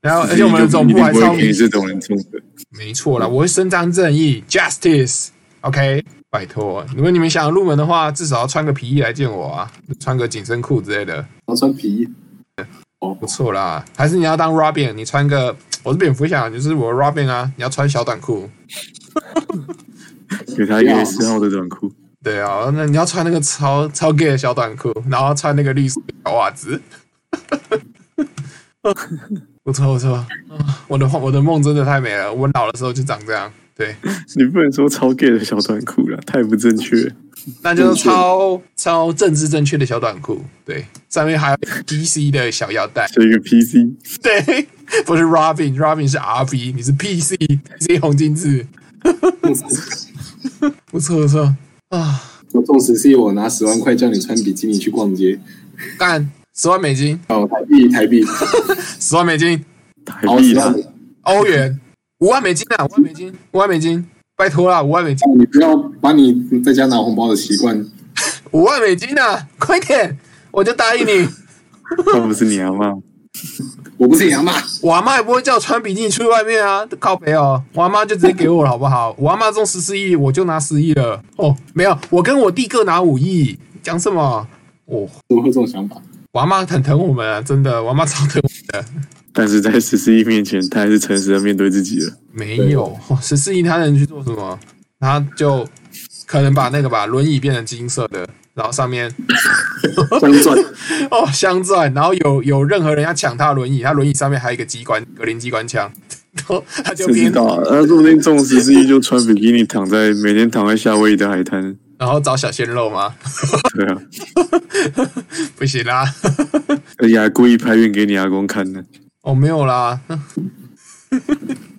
然后，而且我们的总部还
一定
超
不会给
明，
这种人中的。
没错了，我会伸张正义，justice，OK，、拜托，如果你们想要入门的话，至少要穿个皮衣来见我啊，穿个紧身裤之类的。
然后穿皮衣，
不错啦，还是你要当 Robin，你穿个我是蝙蝠侠，就是我 Robin 啊，你要穿小短裤， *laughs*
给他一个四号的短裤，
对啊，那你要穿那个超超 gay 的小短裤，然后穿那个绿色的小袜子。 *laughs* 不错不错，啊我的我的梦真的太美了，我老的时候就长这样。对，
你不能说超 gay 的小短裤了，太不正确。
那就是超超政治正确的小短裤，对，上面还有 PC 的小腰带，
这个 PC
对，不是 Robin，Robin 是 RB，你是 PC，PC 红金字，不错不错啊，
我纵使是我拿十万块叫你穿比基尼去逛街，
干十万美金，
哦，台币台币，
十万美金，
台
好
币
十
啦
万，，
欧元五万美金啊，五万美金，五万美金，拜托啦，五万美金，
你不要把你在家拿红包的习惯，
五万美金啊，快点，我就答应你，
那不是你阿妈。
我不是你阿妈，
我阿妈也不会叫我穿比基尼出去外面啊，靠北哦，我阿妈就直接给我了，好不好？我阿妈中十四亿，我就拿十亿了。哦，没有，我跟我弟各拿五亿，讲什么？哦，
怎么会有这种想法？
我阿妈很疼我们啊，真的，我阿妈超疼我们的。
但是在十四亿面前，他还是诚实的面对自己了。
没有，十四亿他能去做什么？他就可能把那个吧，轮椅变成金色的，然后上面
镶钻，
哦镶钻，然后有有任何人要抢他的轮椅，他轮椅上面还有一个机关，格林机关枪，然后他就
谁知
边
道啊？他说不定中十四亿就穿比基尼躺在每天躺在夏威夷的海滩。
然后找小鲜肉吗？
对啊，
*laughs* 不行啦。 *laughs*
而且还故意拍片给你阿公看呢。
哦，没有啦，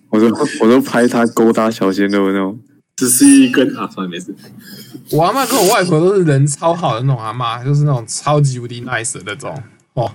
我说我都拍他勾搭小鲜肉那种。
只是一根啊，算了，没事。
我阿妈跟我外婆都是人超好的那种阿妈，就是那种超级无敌 nice 的那种哦。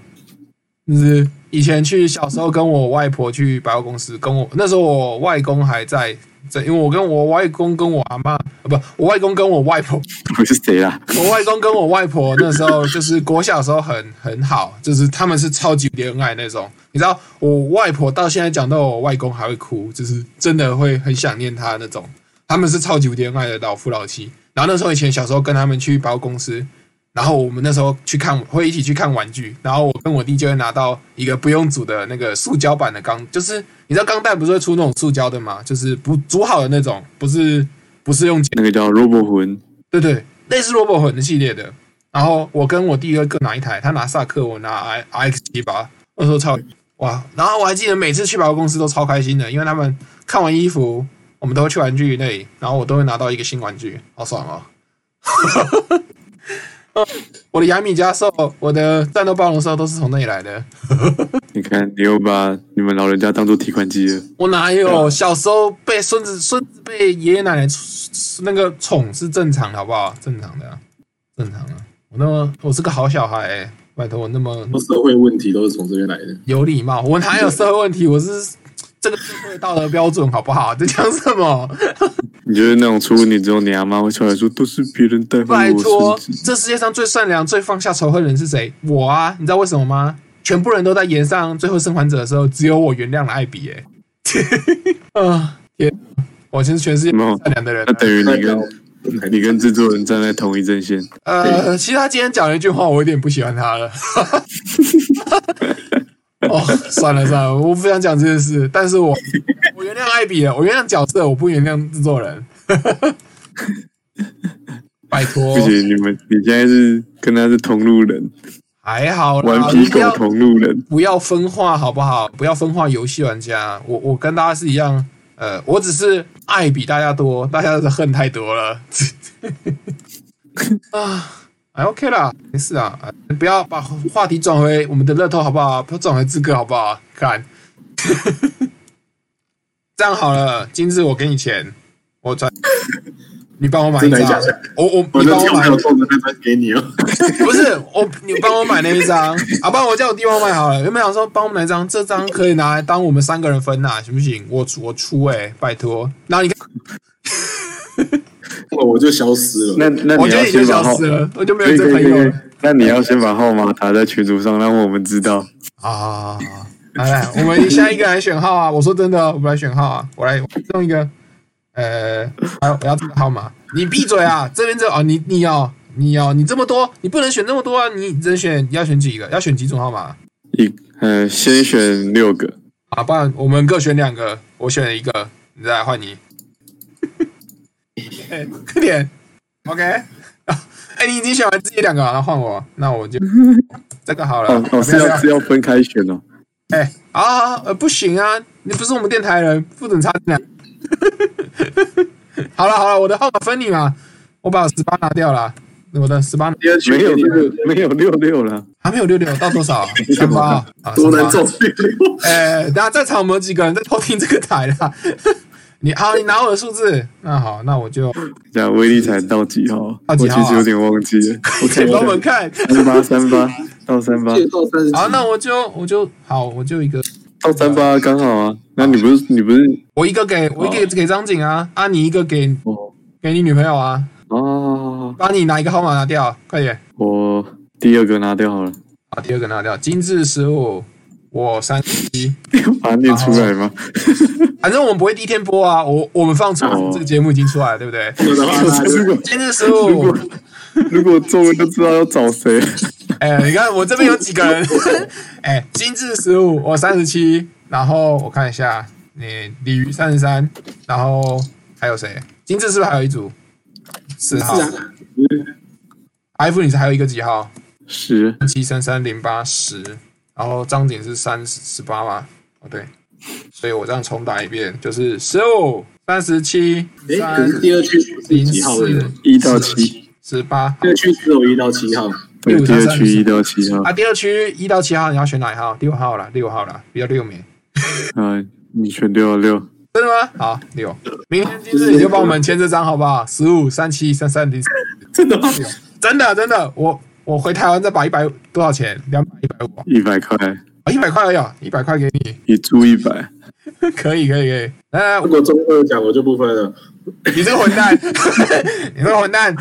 就是以前去小时候跟我外婆去百货公司，跟我那时候我外公还在，在因为我跟我外公跟我阿妈，呃不，我外公跟我外婆，
我是谁啦？
我外公跟 *laughs* 我外婆那时候就是国小的时候很很好，就是他们是超级恋爱那种。你知道，我外婆到现在讲到我外公还会哭，就是真的会很想念他那种。他们是超级恋爱的老夫老妻。然后那时候以前小时候跟他们去百货公司，然后我们那时候去看会一起去看玩具，然后我跟我弟就会拿到一个不用煮的那个塑胶版的钢，就是你知道钢弹不是会出那种塑胶的吗？就是不煮好的那种，不是不是用
那个叫 Robo 魂，
对对，类似萝卜魂的系列的。然后我跟我弟各拿一台，他拿萨克，我拿 R R X 七八，那时候超哇！然后我还记得每次去百货公司都超开心的，因为他们看完衣服，我们都会去玩具那里，然后我都会拿到一个新玩具，好爽哦！ *laughs* 我的亚米加兽，我的战斗暴龙兽都是从那里来的。
你看你又把你们老人家当做提款机了。
我哪
啊
有？小时候被孙子孙子被爷爷奶奶那个宠是正常的，好不好？正常的啊、正常的、我那么我是个好小孩、欸，拜托我那么
很多社会问题都是从这边来的。
有礼貌，我哪有社会问题？我
*laughs*
是这个社会道德标准，好不好？在讲什么？
你就是那种出问题之后，你阿妈会出来说都是别人带坏
拜
我
托
孙，子。
这世界上最善良、最放下仇恨的人是谁？我啊！你知道为什么吗？全部人都在演上《最后生还者》的时候，只有我原谅了艾比、欸。哎， *laughs* 啊天！我真是全世界最
没有
善良的人、啊
那等于你跟
台
你跟制作人站在同一阵线，
呃，其实他今天讲了一句话，我有点不喜欢他了。 *laughs* 哦，算了算了，我不想讲这件事，但是我我原谅艾比了，我原谅角色，我不原谅制作人。 *laughs* 拜托
不，行，你们你现在是跟他是同路人，
还好啦，
顽
你
皮
不
狗
要
同路人。
不要分化好不好？不要分化游戏玩家，我我跟大家是一样，呃，我只是爱比大家多，大家的恨太多了。 *laughs* 啊，哎，OK 啦，没事啊，哎不要把话题转回我们的乐透好不好？不要转回志哥好不好？看， *laughs* 这样好了，今日我给你钱，我转，你帮我买一
真
张
的假的，
我我
我
你
那
帮我
条
买
没有空的那张给你哦。
不是我，你帮我买那一
*laughs*
张，啊，不然我叫我弟帮我买好了。原本想说帮我买一张，这张可以拿来当我们三个人分呐、行不行？我出我出哎、拜托。然后你看，
我就消失了。
那那
我
你
觉
要
得你就
先
消
把号，
失了，我就没
可
有
以
这
可
朋
以可以
友
可
了
以。那你要先把号码打在群组上，让我们知道。
啊。来来，我们下一个来选号啊！我说真的，我们来选号啊！我来弄一个，呃，还有我要这个号码。你闭嘴啊！这边这哦，你你要你要你这么多，你不能选这么多啊！你只能选，你要选几个？要选几种号码？
一呃，先选六个，
啊，不然我们各选两个，我选了一个，你再来换你。哎快点，OK， *laughs* 哎、你你选完自己两个，然后换我，那我就这个好了。 *laughs*
哦哦，是
不
要是要分开选哦。
哎、好好好，呃，不行啊，你不是我们电台人，不准插进来。 *laughs* 好了好了，我的号码分你嘛，我把十八拿掉了，我的十八
第二群
没有这个，没有六六了，
还没有六六，到多
*laughs*
少？三八啊，
多难
38
造对流。
哎、等下在场有没有几个人在偷听这个台啦？ *laughs* 你好，你拿我的数字。那好，那我就
讲威力才到几号？
到
我
几号啊
其实有点忘记
*laughs*
了，我看一
帮我们
下，
看。
*laughs* 三八三八到三八
借到三十几，
好，那我就我就好，我就一个，
到三八刚好啊。那你不是你不是
我一个给我一个给张景啊，啊，你一个给
哦
给你女朋友啊，
哦，
帮你拿一个号码拿掉，快点。
我第二个拿掉
*laughs*
好了，
把第二个拿掉，精致十五，我三十一。
把它念出来吗？
反正我们不会第一天播啊，我我们放出
哦
这个节目已经出来了，对不对？
有的话那就
如果
精致十
如
五 *laughs*
果，如果中文就知道要找谁，
哎，你看我这边有几
*laughs*
个人？哎，精致十五，我三十七，然后我看一下，你鲤鱼三十三，然后还有谁？精致是不是还有一组？四号
是啊，
，F 你是还有一个几号？
十
七三三零八十，然后张景是三十八嘛？哦对，所以我这样重打一遍，就是十五、三十七、
哎，可
三
是第二区是
啊零
几号的？
四、
一到七，
十八。
第二区只有一到七号，
对，
六
第
到
二
三
区一到七号
啊，，第二区一到七号，你要选哪一号？六号啦，六号啦，比较六名。
嗯，你选六到六，
真的吗？好，六。明天今日你就帮我们签这张好不好？十五、三七、三三零，
真的吗？
真的真的，我我回台湾再把一百多少钱？两百一百五
一百块，
啊，一百块而已啊，一百块给你， *laughs*
一注一百，
可以可以可以。来来，
如果中二奖我就不分了，
你这个混蛋， *laughs* 你这个混蛋，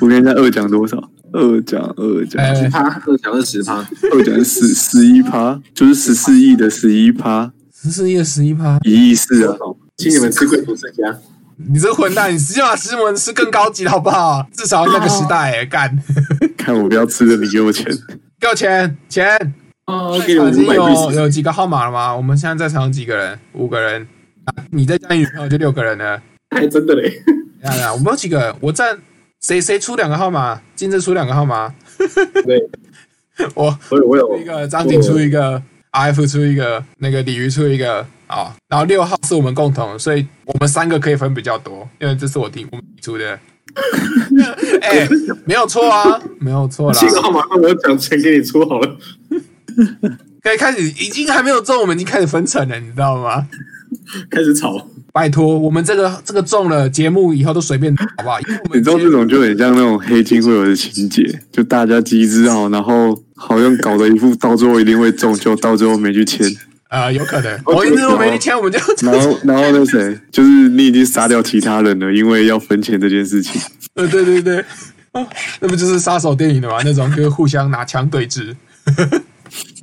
我跟你讲二奖多少？二奖二奖，
哎、
趴二奖是十趴，
二奖十十一趴，就是十四亿的十一趴，
十四亿十一趴，
一亿四啊，
请你们吃贵族之家。
你这个混蛋，你起码吃我们吃更高级的好不好？至少那个时代、哎干， *laughs*
看我不要吃的，你给我钱，
给我钱钱，
哦，给你
已
们
经
五百
有
币，
有几个号码了吗？我们现在在场有几个人？五个人，啊你再加你女朋友就六个人了。
还哎真的嘞。
呀呀，我们有几个人？我占谁谁出两个号码，金正出两个号码，
*laughs*
*laughs*
对，
我
我有我
出一
有，
个张景出一个，F 出一个，那个鲤鱼出一个啊，然后六号是我们共同，所以我们三个可以分比较多，因为这是我提我们提出的。 *laughs* 哎、没有错啊，没有错啦
七，个号码让我奖钱给你出好了。
可以开始，已经还没有中，我们已经开始分层了，你知道吗？
开始吵，
拜托，我们这个这个中了节目以后都随便好不好？因为我们
你知道这种就很像那种黑金会有的情节，就大家集资好，然后好像搞得一副到最后一定会中，就到最后没去签。
呃有可能，
我
我一直
觉得
都没钱，我们就
然后，然后那谁，就是你已经杀掉其他人了，因为要分钱这件事情。
呃， *laughs* 对对对，哦那不就是杀手电影的嘛？那种就是互相拿枪对峙。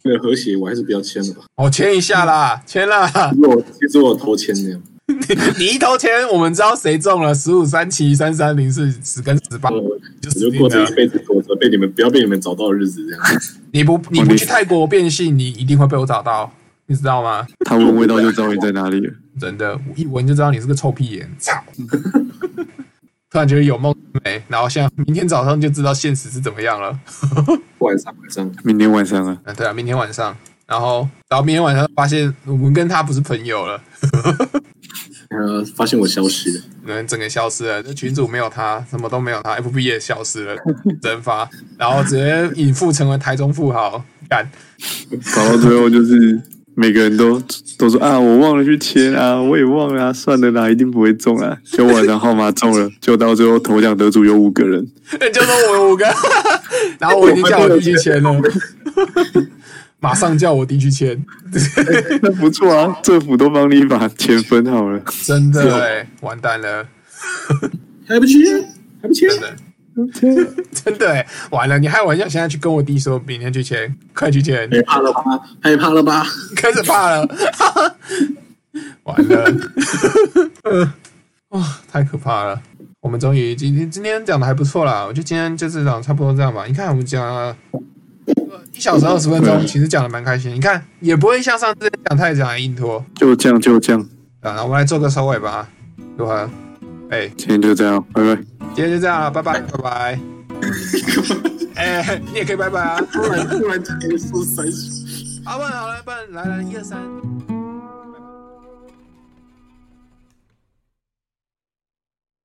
为了和谐，我还是不要签了吧。
哦，签一下啦，
嗯
签啦！ *laughs*
其实我其实我有投签的，
你一投签，我们知道谁中了十五、三七、三三零四、十跟十八
我，
呃
我
就
就
死定
过着
了
一。辈子躲着被你们不要被你们找到的日子这样。
你不你不去泰国变性，你一定会被我找到，你知道吗？
他闻味道就知道你在哪里了。
真的，我一闻就知道你是个臭屁眼，操！突然觉得有梦没，然后现在明天早上就知道现实是怎么样了。 *laughs*
晚上啊晚上，
明天晚上啊，
啊，对啊，明天晚上，然后然后明天晚上发现我们跟他不是朋友了。
呃，发现我消失了，
人嗯整个消失了，这群主没有他，什么都没有他，FB 也消失了，蒸发，然后直接引富成为台中富豪，干，
搞到最后就是每个人都都说啊，我忘了去签啊，我也忘了啊，算了啦，一定不会中啊。结果晚上号码中了，就到最后头奖得主有五个人，
就说我们五个， *laughs* 然后我已经叫我弟去签了，马上叫我弟去签，
那不错啊，政府都帮你把钱分好了。
真的哎，完蛋了，
还不签，还不签，
真的。 *laughs* 真的哎、完了！你害我像现在去跟我弟说，明天去签，快去签，
害怕了吧？害怕了吧？
开始怕了， *laughs* 完了， *laughs* 呃哇、太可怕了！我们终于今天今天讲的还不错啦，我觉得今天就是讲差不多这样吧。你看我们讲了呃一小时二十分钟，
对
其实讲的蛮开心。你看也不会像上次讲太长硬拖
就这样，就这样，
啊。那我们来做个收尾吧，如何？哎，
今天就这样，拜拜。
今天就这样了，拜拜，拜拜。哎、你也可以拜拜啊。
突然突然之间说三小。
阿、啊、不然好了，不然来来一二三。1, 2, 3